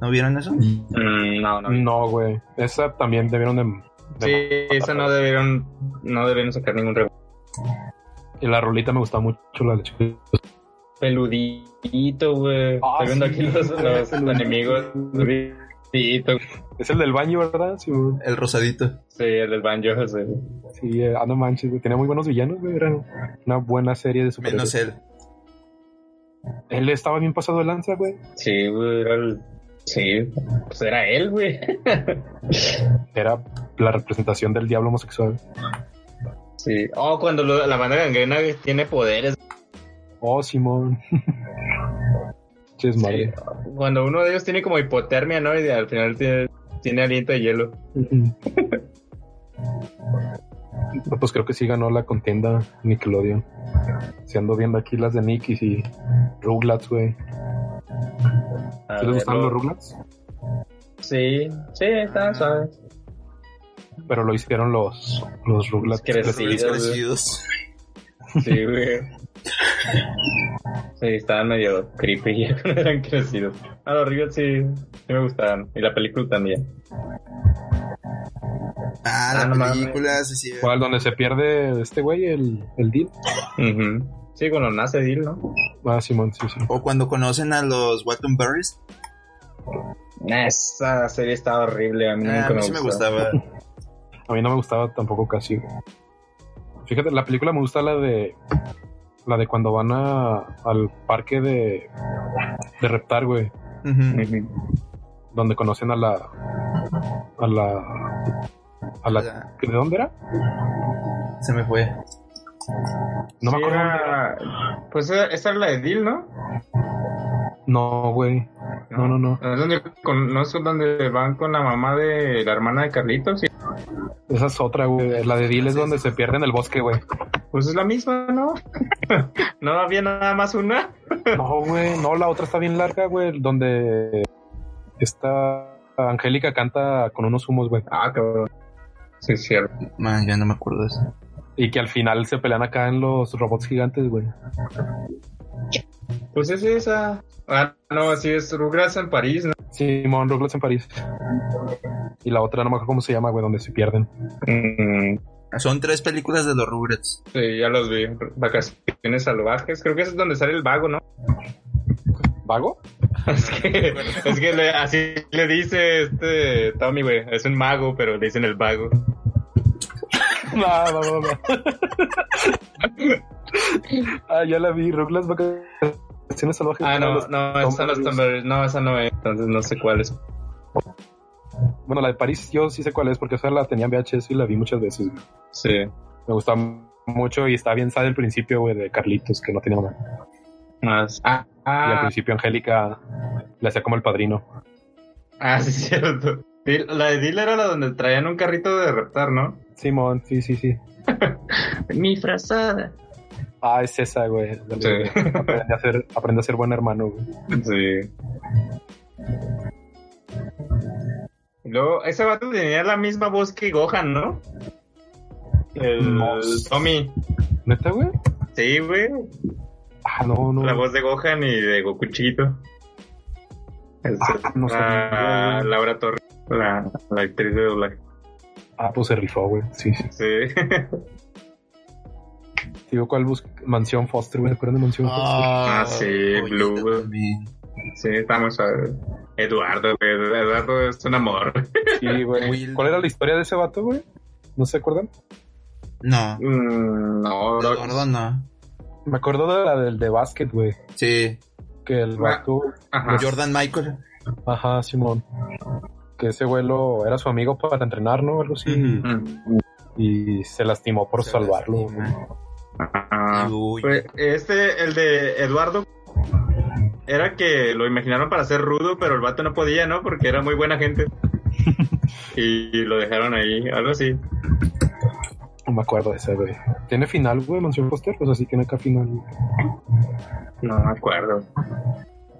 Speaker 5: ¿No vieron eso?
Speaker 7: Mm, no, no.
Speaker 6: No, güey. Esa también debieron de.
Speaker 7: Sí,
Speaker 6: de
Speaker 7: esa no debieron, no debieron sacar ningún rebote.
Speaker 6: Y la rolita me gustaba mucho, la de chiquito.
Speaker 8: Peludito, güey.
Speaker 6: Ah,
Speaker 8: Estoy viendo
Speaker 6: sí,
Speaker 8: aquí los,
Speaker 6: güey,
Speaker 8: los
Speaker 6: peludito.
Speaker 8: enemigos. Peludito.
Speaker 6: Es el del baño, ¿verdad? Sí, güey.
Speaker 5: El rosadito.
Speaker 8: Sí, el del banjo. sí.
Speaker 6: Sí, eh, ah, no manches, güey. Tenía muy buenos villanos, güey. Era una buena serie de
Speaker 5: Menos
Speaker 6: superhéroes.
Speaker 5: él.
Speaker 6: Él estaba bien pasado de lanza, güey.
Speaker 8: Sí, güey, era el... Sí, pues era él, güey.
Speaker 6: Era la representación del diablo homosexual.
Speaker 8: Sí. Oh, cuando lo- la banda gangrena tiene poderes.
Speaker 6: Pues, Oh, Simón. (laughs) Ches, madre. (laughs)
Speaker 8: Cuando uno de ellos tiene como hipotermia, ¿no? Y al final tiene, tiene aliento de hielo.
Speaker 6: Ujú. No, Pues creo que sí ganó la contienda Nickelodeon. Si ando viendo aquí las de Nick y si Rugrats, güey.
Speaker 8: A
Speaker 6: ¿Sí les
Speaker 8: ver,
Speaker 6: gustaron
Speaker 8: lo-
Speaker 6: los Rugrats?
Speaker 8: Ah, Sí, sí,
Speaker 5: Ah,
Speaker 8: está suave.
Speaker 6: Pero lo hicieron los, los Rugrats.
Speaker 8: Crecidos.
Speaker 5: Los crecidos.
Speaker 8: Sí, güey. Sí, estaban medio creepy (laughs) ya cuando eran crecidos. A los Riot sí, sí me gustaban. Y la película también.
Speaker 5: Ah, la
Speaker 8: Ah, no mames.
Speaker 5: película, sí, sí.
Speaker 6: ¿Cuál? Donde se pierde este güey, el, el deal.
Speaker 8: Ujú. Sí, cuando nace Dil, ¿no?
Speaker 6: Ah, Simón, sí, sí.
Speaker 5: O cuando conocen a los Wattenberries.
Speaker 8: Esa serie estaba horrible, a
Speaker 7: Mm,
Speaker 8: mí
Speaker 5: Ah,
Speaker 8: nunca
Speaker 5: a mí
Speaker 8: me,
Speaker 5: sí me
Speaker 8: gustó.
Speaker 5: gustaba.
Speaker 6: A mí no me gustaba tampoco casi. güey. Fíjate, la película me gusta la de. La de cuando van a, al parque de. De reptar, güey.
Speaker 5: Ujú.
Speaker 8: Ujú.
Speaker 6: Donde conocen a la. A la. A la.
Speaker 5: Ya,
Speaker 6: ¿De dónde era?
Speaker 5: Se me fue.
Speaker 6: No me
Speaker 7: Sí,
Speaker 6: acuerdo. dónde era.
Speaker 7: era- Pues esa esa era la de Dil, ¿no?
Speaker 6: No, güey. No, no, no.
Speaker 7: ¿No es donde, con, no es donde van con la mamá de la hermana de Carlitos? Y-
Speaker 6: Esa es otra, güey. La de Dile es donde se pierde en el bosque, güey.
Speaker 7: Pues es la misma,
Speaker 8: (laughs)
Speaker 7: ¿no? ¿No había nada más una?
Speaker 6: No, güey. No, la otra está bien larga, güey. Donde esta Angélica canta con unos humos, güey.
Speaker 7: Ah, cabrón. Sí, es cierto.
Speaker 5: Man, ya no me acuerdo de eso.
Speaker 6: Y que al final se pelean acá en los robots gigantes, güey.
Speaker 7: Pues es esa. Ah, no, así es Rugrats en París, ¿no?
Speaker 6: Simón Rugrats en París. Y la otra, no me acuerdo cómo se llama, güey, donde se pierden.
Speaker 7: Mm,
Speaker 5: Son tres películas de los Rugrats.
Speaker 7: sí, ya los vi. Vacaciones salvajes. Creo que ese es donde sale el vago, ¿no? (laughs)
Speaker 6: ¿Vago? (laughs)
Speaker 7: Es que, es que le- así le dice este Tommy, güey. Es un mago, pero le dicen el vago.
Speaker 6: No, no, no, no. ah, ya la vi. Rugrats Vacaciones Salvajes.
Speaker 7: Ah, no,
Speaker 6: Los-
Speaker 7: no, esa no es Tumblr. No, esa no es. Entonces no sé cuál es.
Speaker 6: Bueno, la de París yo sí sé cuál es porque esa la tenía en VHS y la vi muchas veces. güey.
Speaker 7: Sí.
Speaker 6: Me gustaba mucho y está bien sad el principio, güey, de Carlitos, que no tenía mamá.
Speaker 7: Más. Ah,
Speaker 6: Y al
Speaker 7: ah,
Speaker 6: principio Angélica le hacía como el padrino.
Speaker 7: ah, sí, (laughs) es cierto. Dil- La de Dil era la donde traían un carrito de reptar, ¿no?
Speaker 6: Simón, sí, sí, sí.
Speaker 9: Mi frazada.
Speaker 6: Ah, es esa, güey. Dale,
Speaker 7: Sí.
Speaker 6: güey. Aprende, a ser, aprende a ser buen hermano, güey.
Speaker 7: Sí. Luego, ese vato tenía la misma voz que Gohan, ¿no? El
Speaker 6: No.
Speaker 7: Tommy.
Speaker 6: ¿Neta, güey?
Speaker 7: Sí, güey.
Speaker 6: Ah, no, no.
Speaker 7: La voz de Gohan y de Goku chiquito. Es,
Speaker 6: Ah, no sabía,
Speaker 7: la-
Speaker 6: güey.
Speaker 7: Laura Torres, la, la actriz de doblaje.
Speaker 6: Ah, pues se rifó, güey. Sí, sí.
Speaker 7: Sí. (laughs)
Speaker 6: Digo, ¿cuál busca? Mansión Foster, güey. ¿Se acuerdan de Mansión Foster?
Speaker 5: Ah,
Speaker 7: sí, Blue. Sí, estamos a Eduardo, güey. Eduardo es un amor.
Speaker 6: Sí, güey.
Speaker 5: Will.
Speaker 6: ¿Cuál era la historia de ese vato, güey? ¿No se acuerdan?
Speaker 5: No,
Speaker 7: Mm, no,
Speaker 5: de
Speaker 7: bro.
Speaker 5: gordo no.
Speaker 6: Me acuerdo de la del de básquet, güey.
Speaker 5: Sí,
Speaker 6: Que el vato...
Speaker 7: Ajá.
Speaker 5: Jordan Michael.
Speaker 6: Ajá, Simón. Que ese güey lo- era su amigo para entrenar, ¿no? Algo así.
Speaker 7: Mm.
Speaker 6: Y se lastimó por
Speaker 5: Se
Speaker 6: salvarlo.
Speaker 5: lastima.
Speaker 6: güey.
Speaker 7: Ajá.
Speaker 5: ¿eh? Uy.
Speaker 7: Pues, Este, el de Eduardo, era que lo imaginaron para ser rudo, pero el vato no podía, ¿no? Porque era muy buena gente. y lo dejaron ahí, algo así.
Speaker 6: No me acuerdo de ese, güey. ¿Tiene final, güey, Mansión Foster? Pues así tiene acá final.
Speaker 7: No me acuerdo.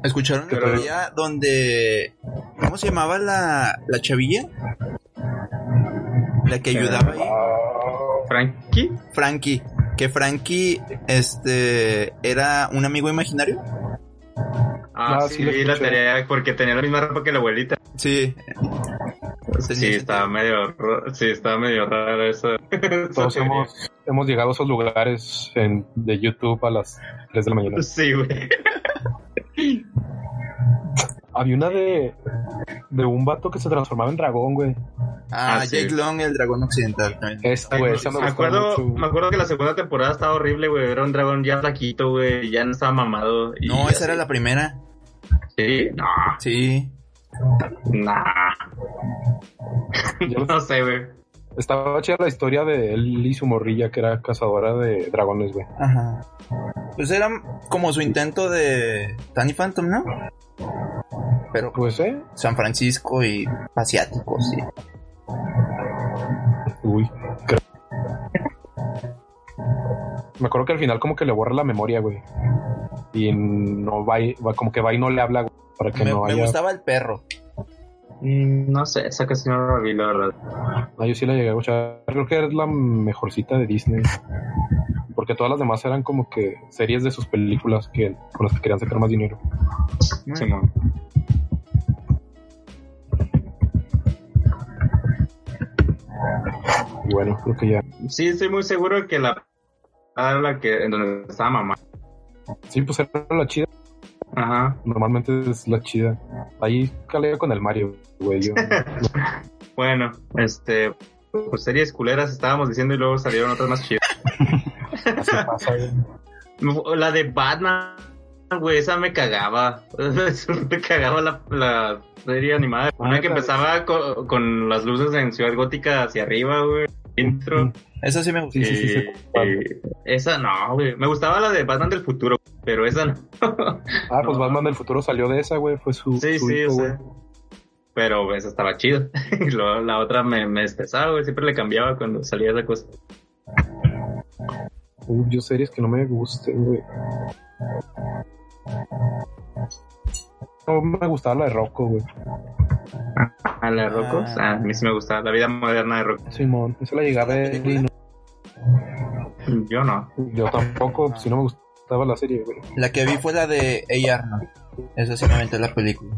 Speaker 5: ¿Escucharon la
Speaker 7: Pero-
Speaker 5: teoría donde... ¿Cómo se llamaba la, la chavilla? La que ayudaba ahí.
Speaker 7: ¿Frankie?
Speaker 5: Frankie. Que Frankie, este, era un amigo imaginario.
Speaker 7: Ah,
Speaker 6: Ah,
Speaker 7: sí,
Speaker 6: sí, lo
Speaker 7: vi la
Speaker 6: escuché.
Speaker 7: tarea porque tenía la misma ropa que la abuelita.
Speaker 5: Sí.
Speaker 7: Sí, estaba medio, ro- sí, estaba medio raro eso. (laughs)
Speaker 6: Todos hemos, hemos llegado a esos lugares en- de YouTube a las 3 de la mañana.
Speaker 7: Sí, güey.
Speaker 6: Había una de, de un vato que se transformaba en dragón, güey.
Speaker 5: Ah,
Speaker 7: Ah, sí. Eh,
Speaker 5: Jake Long, el dragón occidental. también.
Speaker 6: Esa, güey, esa me
Speaker 7: me,
Speaker 6: gustó
Speaker 7: acuerdo,
Speaker 6: mucho.
Speaker 7: me acuerdo que la segunda temporada estaba horrible, güey. Era un dragón ya flaquito, güey. Ya no estaba mamado. y
Speaker 5: No, esa
Speaker 7: así.
Speaker 5: era la primera.
Speaker 7: Sí, no,
Speaker 5: Sí.
Speaker 7: nah.
Speaker 6: Yo lo-
Speaker 7: No sé, güey.
Speaker 6: Estaba chida la historia de él y su morrilla, que era cazadora de dragones, güey.
Speaker 5: Ajá. Pues era como su intento de Danny Phantom, ¿no? Pero
Speaker 6: Pues, eh.
Speaker 5: San Francisco y asiáticos. sí.
Speaker 6: Uy. creo- Me acuerdo que al final como que le borra la memoria, güey. Y no va, y- va- como que va y no le habla, güey, para que
Speaker 5: Me,
Speaker 6: no
Speaker 5: me
Speaker 6: haya...
Speaker 5: gustaba el perro.
Speaker 7: Mm, No sé, esa casi no la vi, la verdad.
Speaker 6: No, Ah, yo sí la llegué a escuchar. Creo que es la mejorcita de Disney. Porque todas las demás eran como que series de sus películas que con las que querían sacar más dinero.
Speaker 7: Simón.
Speaker 6: Y bueno, creo que ya.
Speaker 7: Sí, estoy muy seguro que la era la que en donde estaba mamá.
Speaker 6: Sí, pues era la chida.
Speaker 7: Ajá.
Speaker 6: Normalmente es la chida. Ahí calé con el Mario, güey. Yo,
Speaker 7: Bueno, este, pues series culeras estábamos diciendo y luego salieron otras más chidas.
Speaker 6: así pasa, güey.
Speaker 7: La de Batman, güey, esa me cagaba. (laughs) me cagaba la, Ah, la serie animada. Una que empezaba co- con, las luces en Ciudad Gótica hacia arriba, güey. intro.
Speaker 5: Esa sí me gustó.
Speaker 6: Sí, sí, sí, sí.
Speaker 7: Eh, esa no, güey. Me gustaba la de Batman del futuro, pero esa no.
Speaker 6: Ah,
Speaker 7: (laughs)
Speaker 6: pues Batman del futuro salió de esa, güey. Fue su.
Speaker 7: Sí,
Speaker 6: su
Speaker 7: sí,
Speaker 6: hijo,
Speaker 7: o
Speaker 6: güey.
Speaker 7: sea. Pero pues, estaba chido. (laughs) Y luego la otra me, me estresaba, güey. Siempre le cambiaba cuando salía esa cosa.
Speaker 6: Uh, yo series que no me gusten, güey. No me gustaba la de Rocco, güey.
Speaker 7: A la de Rocos. Ah, a mí sí me gustaba. La vida moderna de Rocco.
Speaker 6: Simón, esa la llegada de.
Speaker 7: Yo no.
Speaker 6: Yo tampoco, pues, si no me gustaba la serie, güey.
Speaker 5: La que vi fue la de A. Arnold. Esa sí me aventé la película.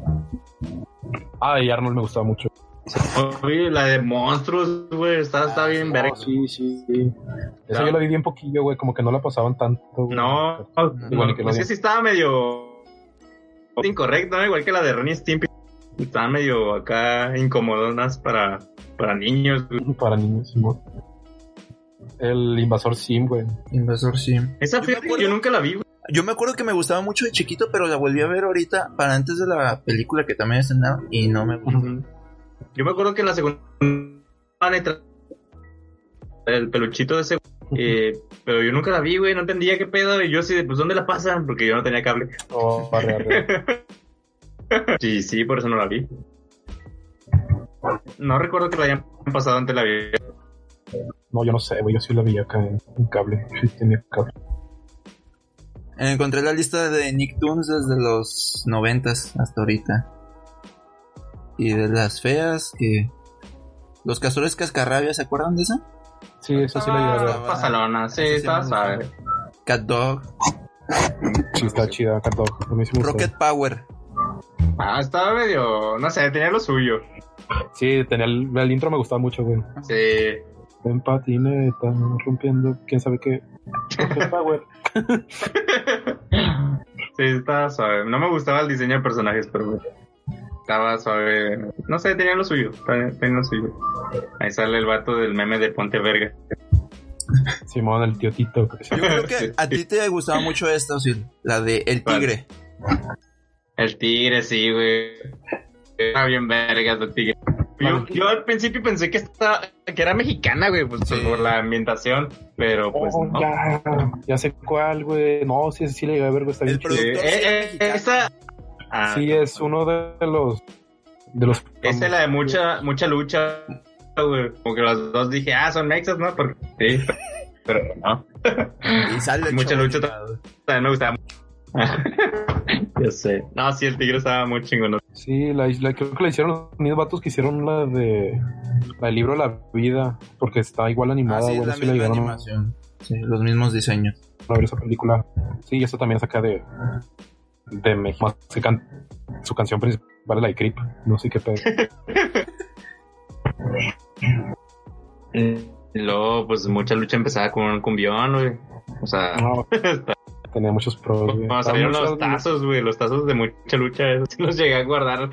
Speaker 6: Ah, y Arnold me gustaba mucho.
Speaker 7: Oye, la de monstruos, güey. Está, está bien verga.
Speaker 6: Oh, sí, sí, sí. Esa
Speaker 7: No.
Speaker 6: yo la vi bien poquillo, güey. Como que no la pasaban tanto. güey.
Speaker 7: No,
Speaker 6: Igual
Speaker 7: igual,
Speaker 6: que
Speaker 7: pues
Speaker 6: la
Speaker 7: que
Speaker 6: de-
Speaker 7: sí estaba medio incorrecto, ¿no? igual que la de Ronnie Stimpy. Estaba medio acá incomodonas para, para niños. güey.
Speaker 6: Para niños, Simón. El invasor Sim, güey.
Speaker 5: Invasor Sim.
Speaker 7: Esa
Speaker 5: Yo me
Speaker 7: fíjate que
Speaker 5: acuerdo-
Speaker 7: yo nunca la vi, güey.
Speaker 5: Yo me acuerdo que me gustaba mucho de chiquito, pero la volví a ver ahorita para antes de la película que también estrenaba y no me gustó.
Speaker 7: Yo me acuerdo que en la segunda van a tra- el peluchito de ese eh, pero yo nunca la vi, güey, no entendía qué pedo, y yo así de, pues, ¿dónde la pasan? Porque yo no tenía cable.
Speaker 6: Oh, arre, arre.
Speaker 7: (laughs) Sí, sí, por eso no la vi. No recuerdo que la hayan pasado ante la vida.
Speaker 6: No, yo no sé, güey. Yo sí la vi acá en, en cable. Sí, tenía cable.
Speaker 5: Encontré la lista de Nicktoons desde los noventas hasta ahorita. Y de las feas que... Los castores cascarrabias, ¿se acuerdan de esa?
Speaker 6: Sí, esa sí la llegué a ver.
Speaker 7: Ah, Pasalona, sí,
Speaker 5: Esa sí
Speaker 7: estaba
Speaker 5: me
Speaker 7: suave.
Speaker 5: Cat Dog,
Speaker 6: Sí, está chida, Cat Dog. A mí sí me gustó.
Speaker 5: Rocket Power.
Speaker 7: Ah, estaba medio, no sé, tenía lo suyo.
Speaker 6: Sí, tenía el, el intro me gustaba mucho, güey.
Speaker 7: Sí.
Speaker 6: En patineta, ¿no? rompiendo, quién sabe
Speaker 7: (laughs)
Speaker 6: qué. Rocket Power.
Speaker 7: Sí, estaba suave. No me gustaba el diseño de personajes, pero bueno, estaba suave. No sé, tenía lo suyo. Tenía tenía lo suyo. Ahí sale el vato del meme de Ponte Verga.
Speaker 6: Simón, el tío Tito. que se-
Speaker 5: Yo creo que (laughs) a ti te gustaba mucho esta, Osil, la de El Tigre.
Speaker 7: El tigre, sí, güey. Era bien verga el tigre. Yo, yo al principio pensé que, estaba, que era mexicana, güey, pues
Speaker 5: Sí.
Speaker 7: por la ambientación, pero pues
Speaker 6: Oh,
Speaker 7: no.
Speaker 6: ya, ya sé cuál, güey. No, sí, sí la llegué a ver, güey. Está bien
Speaker 5: El
Speaker 6: chida.
Speaker 7: Sí,
Speaker 5: productor sí
Speaker 7: eh, eh,
Speaker 5: es mexicano.
Speaker 7: esa... Ah,
Speaker 6: Sí, es uno de los. De los
Speaker 7: Esa es la de mucha, mucha lucha, güey. Como que los dos dije, ah, son mexas, ¿no? Porque sí. Pero no,
Speaker 5: Y sale el
Speaker 7: Mucha
Speaker 5: chavo
Speaker 7: lucha
Speaker 5: animado.
Speaker 7: también me gustaba. (laughs) Yo sé. No, sí, el tigre estaba muy chingón.
Speaker 6: Sí, la, la- creo que la hicieron los mismos vatos que hicieron la de. La del libro La Vida. Porque está igual
Speaker 5: Ah,
Speaker 6: animada,
Speaker 5: sí,
Speaker 6: güey.
Speaker 5: es
Speaker 6: no
Speaker 5: la
Speaker 6: sé si la
Speaker 5: misma
Speaker 6: llegaron a-
Speaker 5: animación. Sí, los mismos diseños.
Speaker 6: a ver esa película. Sí, esta también es acá de. De México. Más que can- su canción principal es la de Creep. No sé qué
Speaker 5: (laughs)
Speaker 6: pedo.
Speaker 7: Y luego, pues, mucha lucha empezaba con un cumbión, güey. O sea,
Speaker 6: No, tenía muchos pros, güey.
Speaker 7: cuando
Speaker 6: Estaba
Speaker 7: salieron
Speaker 6: mucho-
Speaker 7: los tazos, güey, los tazos de mucha lucha, esos sí los llegué a guardar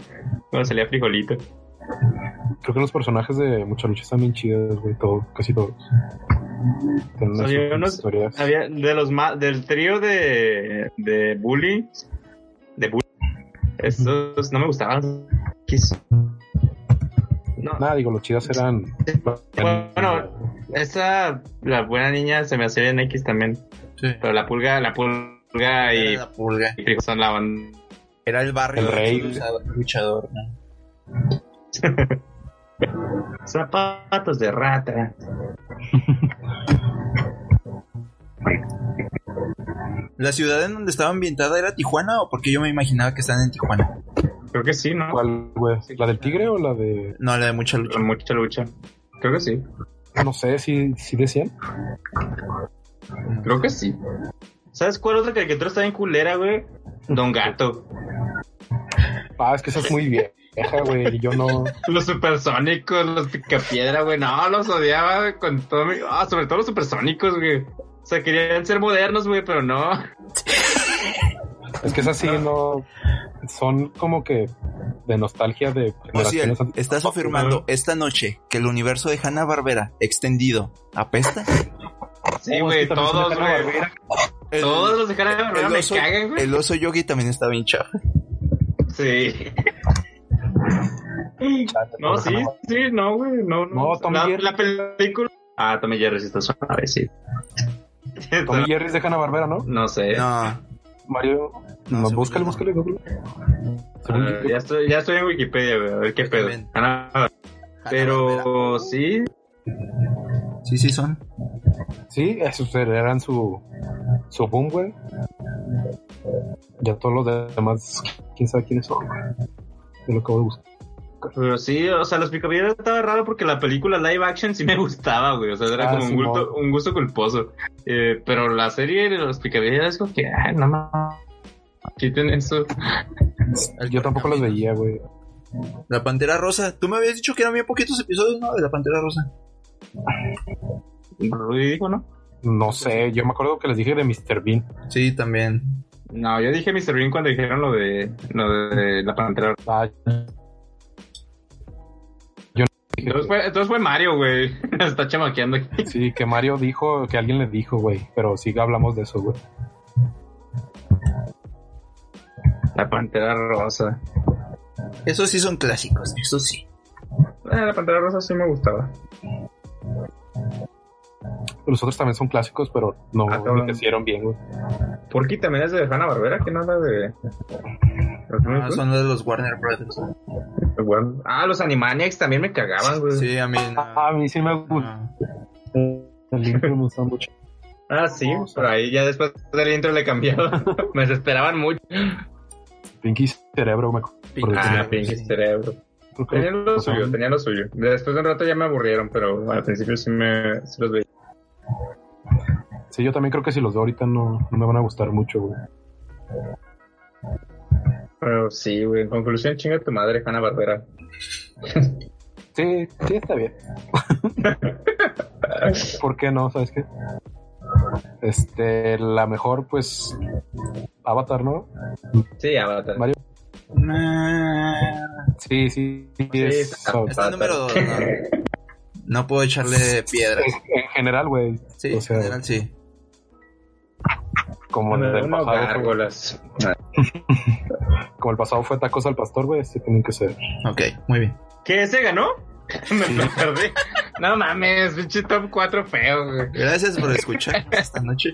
Speaker 7: cuando salía frijolito.
Speaker 6: Creo que los personajes de Mucha Lucha están bien chidos, güey. Todo, casi todos. Tienen unas
Speaker 7: Había unos-
Speaker 6: historias.
Speaker 7: Había de los ma- del trío de, de Bully, de Bully, esos no me gustaban. ¿Qué son? No,
Speaker 6: Nada, digo, los chidas eran.
Speaker 7: Bueno, esa, la buena niña se me hacía bien X también,
Speaker 5: Sí.
Speaker 7: pero la pulga, la pulga y,
Speaker 5: Era la pulga.
Speaker 7: y Frijol son la banda.
Speaker 5: Era el barrio.
Speaker 6: El
Speaker 5: del
Speaker 6: rey.
Speaker 5: luchador- Luchador, ¿no?
Speaker 7: Zapatos de rata.
Speaker 5: ¿La ciudad en donde estaba ambientada era Tijuana o porque yo me imaginaba que estaban en Tijuana?
Speaker 7: Creo que sí, ¿no?
Speaker 6: ¿Cuál, güey? ¿La del tigre o la de.?
Speaker 5: No, la de mucha lucha.
Speaker 7: Mucha lucha. Creo que sí.
Speaker 6: No sé si, si decían.
Speaker 7: Creo que sí. ¿Sabes cuál otra caricatura está bien culera, güey? Don Gato.
Speaker 6: Ah, es que esa es muy vieja, güey. y Yo no.
Speaker 7: Los supersónicos, los picapiedra, güey. No, los odiaba güey, con todo mi... Ah, sobre todo los supersónicos, güey. O sea, querían ser modernos, güey, pero no.
Speaker 6: Es que esas sí no. Son como que de nostalgia de
Speaker 5: O sea,
Speaker 6: generaciones antes.
Speaker 5: estás afirmando esta noche que el universo de Hanna Barbera extendido apesta.
Speaker 7: Sí,
Speaker 6: Oh,
Speaker 7: güey,
Speaker 6: es que también
Speaker 7: todos,
Speaker 6: son de
Speaker 7: güey.
Speaker 6: Hanna-Barbera.
Speaker 5: El,
Speaker 7: Todos los de Hanna Barbera
Speaker 5: el
Speaker 7: me
Speaker 5: oso,
Speaker 7: cagan, güey.
Speaker 5: el oso yogi también estaba hinchado.
Speaker 6: (laughs)
Speaker 7: Sí. No, sí, sí, no, güey. No, no.
Speaker 6: No, Tom
Speaker 7: la,
Speaker 6: Jerry.
Speaker 7: la película Ah, Tommy Jerry sí está suave, sí.
Speaker 6: Tommy Jerry's de Hanna Barbera, ¿no?
Speaker 7: No sé.
Speaker 5: No,
Speaker 6: Mario,
Speaker 5: No,
Speaker 6: no,
Speaker 5: según
Speaker 6: búscale,
Speaker 5: yo no.
Speaker 6: búscale, búscale. Según
Speaker 7: Ah,
Speaker 6: yo-
Speaker 7: ya, estoy, ya estoy en Wikipedia, güey, a ver qué pedo.
Speaker 5: Exactamente.
Speaker 7: Ah, pero sí,
Speaker 5: Sí, sí son.
Speaker 6: Sí, esos eran su, su boom, güey. Ya todos los demás, quién sabe quiénes son, güey. Yo lo acabo de buscar.
Speaker 7: pero sí, o sea, los picapiedras estaba raro porque la película live action sí me gustaba, güey. O sea, era
Speaker 6: Ah,
Speaker 7: como un
Speaker 6: Simón.
Speaker 7: gusto, un gusto culposo. Eh, pero la serie de los picapiedras, como que, ah, no mames. Quiten eso.
Speaker 6: Yo tampoco los veía, güey.
Speaker 5: La Pantera Rosa. Tú me habías dicho que eran bien poquitos episodios, ¿no? De la Pantera Rosa.
Speaker 7: Rudy dijo, ¿no?
Speaker 6: No sé, yo me acuerdo que les dije de Mr. Bean.
Speaker 5: Sí, también.
Speaker 7: No, yo dije Mr. Bean cuando dijeron lo de, lo de la pantera.
Speaker 6: Ah, yo no
Speaker 7: Entonces
Speaker 6: dije,
Speaker 7: fue, entonces fue Mario, güey. (laughs) Está chamaqueando aquí.
Speaker 6: sí, que Mario dijo, que alguien le dijo, güey. Pero sí hablamos de eso, güey.
Speaker 7: La pantera rosa.
Speaker 5: Esos sí son clásicos, eso sí.
Speaker 10: Ah, la pantalla rosa sí me gustaba.
Speaker 6: Los otros también son clásicos, pero no
Speaker 10: Ah, cabrón.
Speaker 6: envejecieron bien, güey.
Speaker 10: Porky también es de Hanna Barbera, que nada de. ¿Los Looney
Speaker 5: Ah,
Speaker 10: Tunes?
Speaker 5: son de los Warner Brothers.
Speaker 10: Bueno, Ah, los Animaniacs también me cagaban, güey.
Speaker 5: Sí, a mí. no.
Speaker 10: Ah.
Speaker 6: Ah,
Speaker 7: Ah,
Speaker 6: A mí sí me gusta.
Speaker 5: No.
Speaker 6: El intro me gusta mucho.
Speaker 10: Ah, sí,
Speaker 6: No, o sea-
Speaker 10: pero ahí ya después del intro le
Speaker 5: (laughs)
Speaker 10: cambiaba. me desesperaban mucho.
Speaker 6: Pinky Cerebro, me acuerdo.
Speaker 5: Pinky
Speaker 10: Ah,
Speaker 5: Cerebro,
Speaker 10: pinche
Speaker 5: Pues sí.
Speaker 10: cerebro. Tenían lo suyo, tenían lo suyo. Después de un rato ya me aburrieron, pero al principio sí me sí los veía.
Speaker 6: Sí, yo también creo que si los veo ahorita no, no me van a gustar mucho, güey.
Speaker 10: Pero sí, güey. En conclusión, chinga tu madre, Hanna Barbera.
Speaker 6: Sí, sí,
Speaker 10: (laughs)
Speaker 6: está bien. ¿Por qué no? ¿Sabes qué? Este, la mejor, pues, Avatar, ¿no?
Speaker 10: Sí, Avatar.
Speaker 6: Mario.
Speaker 5: Nah,
Speaker 6: Sí, sí, sí, es-
Speaker 10: está-
Speaker 5: Está
Speaker 6: Ah,
Speaker 5: en número dos, no. No puedo echarle piedra.
Speaker 6: es- en general, güey,
Speaker 5: Sí,
Speaker 6: O sea-
Speaker 5: en general sí.
Speaker 6: como
Speaker 10: Número
Speaker 6: el
Speaker 10: uno,
Speaker 6: pasado, fue-
Speaker 10: Gárgolas.
Speaker 6: como el pasado fue tacos al pastor, güey, este tienen que ser.
Speaker 5: Ok, muy bien.
Speaker 7: ¿Qué? ¿Se (laughs) ganó? Me perdí. No mames, pinche top 4 feo, güey.
Speaker 5: Gracias por
Speaker 7: (laughs)
Speaker 5: escuchar esta noche.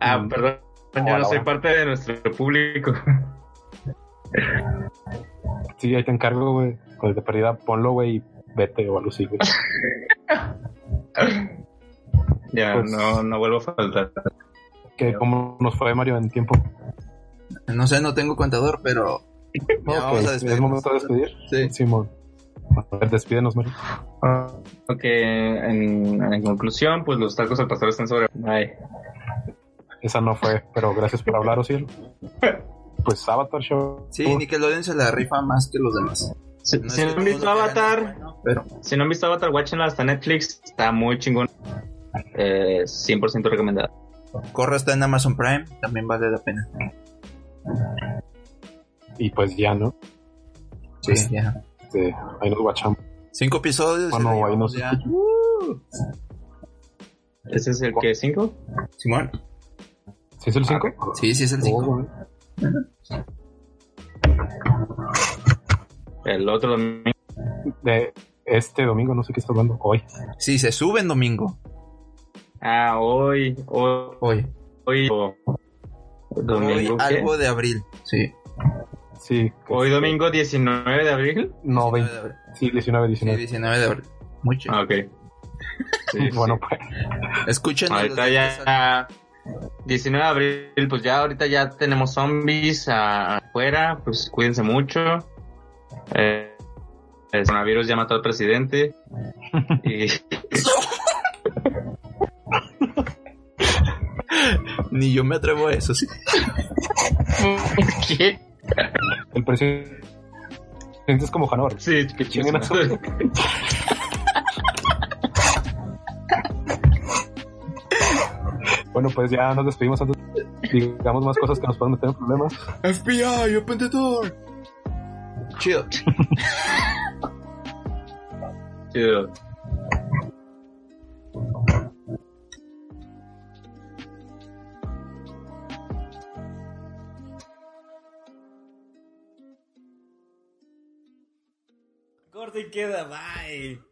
Speaker 7: Ah,
Speaker 6: Mm.
Speaker 7: perdón. Yo
Speaker 6: Hola,
Speaker 7: no soy
Speaker 6: hola.
Speaker 7: parte de nuestro público. (laughs)
Speaker 6: Sí, ahí te encargo, güey, con el de perdida, ponlo, güey, y vete o algo
Speaker 10: (laughs)
Speaker 6: así, güey.
Speaker 7: Ya,
Speaker 6: Pues-
Speaker 7: no, no vuelvo a faltar.
Speaker 6: Que como nos fue Mario en tiempo.
Speaker 5: No sé, no tengo contador, pero.
Speaker 6: No,
Speaker 5: Ya, vamos
Speaker 6: pues,
Speaker 5: a
Speaker 6: es
Speaker 5: despedirnos.
Speaker 6: momento de despedir.
Speaker 5: Sí.
Speaker 6: Simón. A ver, despídenos, Mario.
Speaker 7: Ok, en, en conclusión, pues los tacos al pastor están sobre... Ay,
Speaker 6: Esa no fue, pero gracias por hablar, Ociel. Pues Avatar Show.
Speaker 5: Sí, Nickelodeon se la rifa más que los demás.
Speaker 7: si,
Speaker 5: No
Speaker 7: si
Speaker 5: es
Speaker 7: no
Speaker 5: que todo
Speaker 7: han visto
Speaker 5: lo que hagan es
Speaker 7: Avatar,
Speaker 5: bueno, pero
Speaker 7: si no han visto Avatar, watchenla hasta Netflix. Está muy chingón. Eh, 100% recomendada.
Speaker 5: Corra está en Amazon Prime, también vale la pena.
Speaker 6: Y pues ya, ¿no?
Speaker 5: Sí, ya.
Speaker 6: Este, ahí nos guachamos.
Speaker 5: Cinco episodios.
Speaker 6: Bueno,
Speaker 5: y la
Speaker 6: Ah, ahí
Speaker 5: llevamos
Speaker 6: nos-
Speaker 5: ya.
Speaker 7: ¿Ese es el que? ¿Cinco?
Speaker 5: Simón.
Speaker 6: ¿Sí es el Oh, 5?
Speaker 5: Sí, sí es Ah, el 5.
Speaker 7: El otro domingo.
Speaker 6: de este domingo, no sé qué está hablando. Hoy.
Speaker 5: Sí, se sube en domingo.
Speaker 7: Ah, hoy, hoy,
Speaker 5: Hoy.
Speaker 7: hoy, o-
Speaker 5: Hoy,
Speaker 7: domingo, ¿qué?
Speaker 5: algo de abril. Sí.
Speaker 6: Pues Sí.
Speaker 7: hoy domingo 19 de abril.
Speaker 6: No,
Speaker 5: 19
Speaker 6: 20.
Speaker 5: de abril.
Speaker 6: Sí, 19,
Speaker 5: Sí,
Speaker 6: 19.
Speaker 5: 19 de abril. Mucho.
Speaker 7: Ah, ok. Sí, sí.
Speaker 6: bueno, pues.
Speaker 5: Ah. Escuchen. a los
Speaker 7: ahorita
Speaker 5: de-
Speaker 7: ya 19 de abril, pues ya ahorita ya tenemos zombies ah, afuera, pues cuídense mucho. Eh, el coronavirus ya mató al presidente. Y (laughs)
Speaker 5: Ni yo me atrevo a eso. Sí.
Speaker 7: ¿Qué?
Speaker 6: El presidente es como Hanover.
Speaker 7: Sí, qué
Speaker 6: Chinguen a su-
Speaker 7: chistoso.
Speaker 6: Bueno, pues ya nos despedimos antes. Digamos más cosas que nos pueden meter en problemas.
Speaker 5: FBI, open the door. Chido.
Speaker 7: Chido.
Speaker 2: Corte y queda, bye.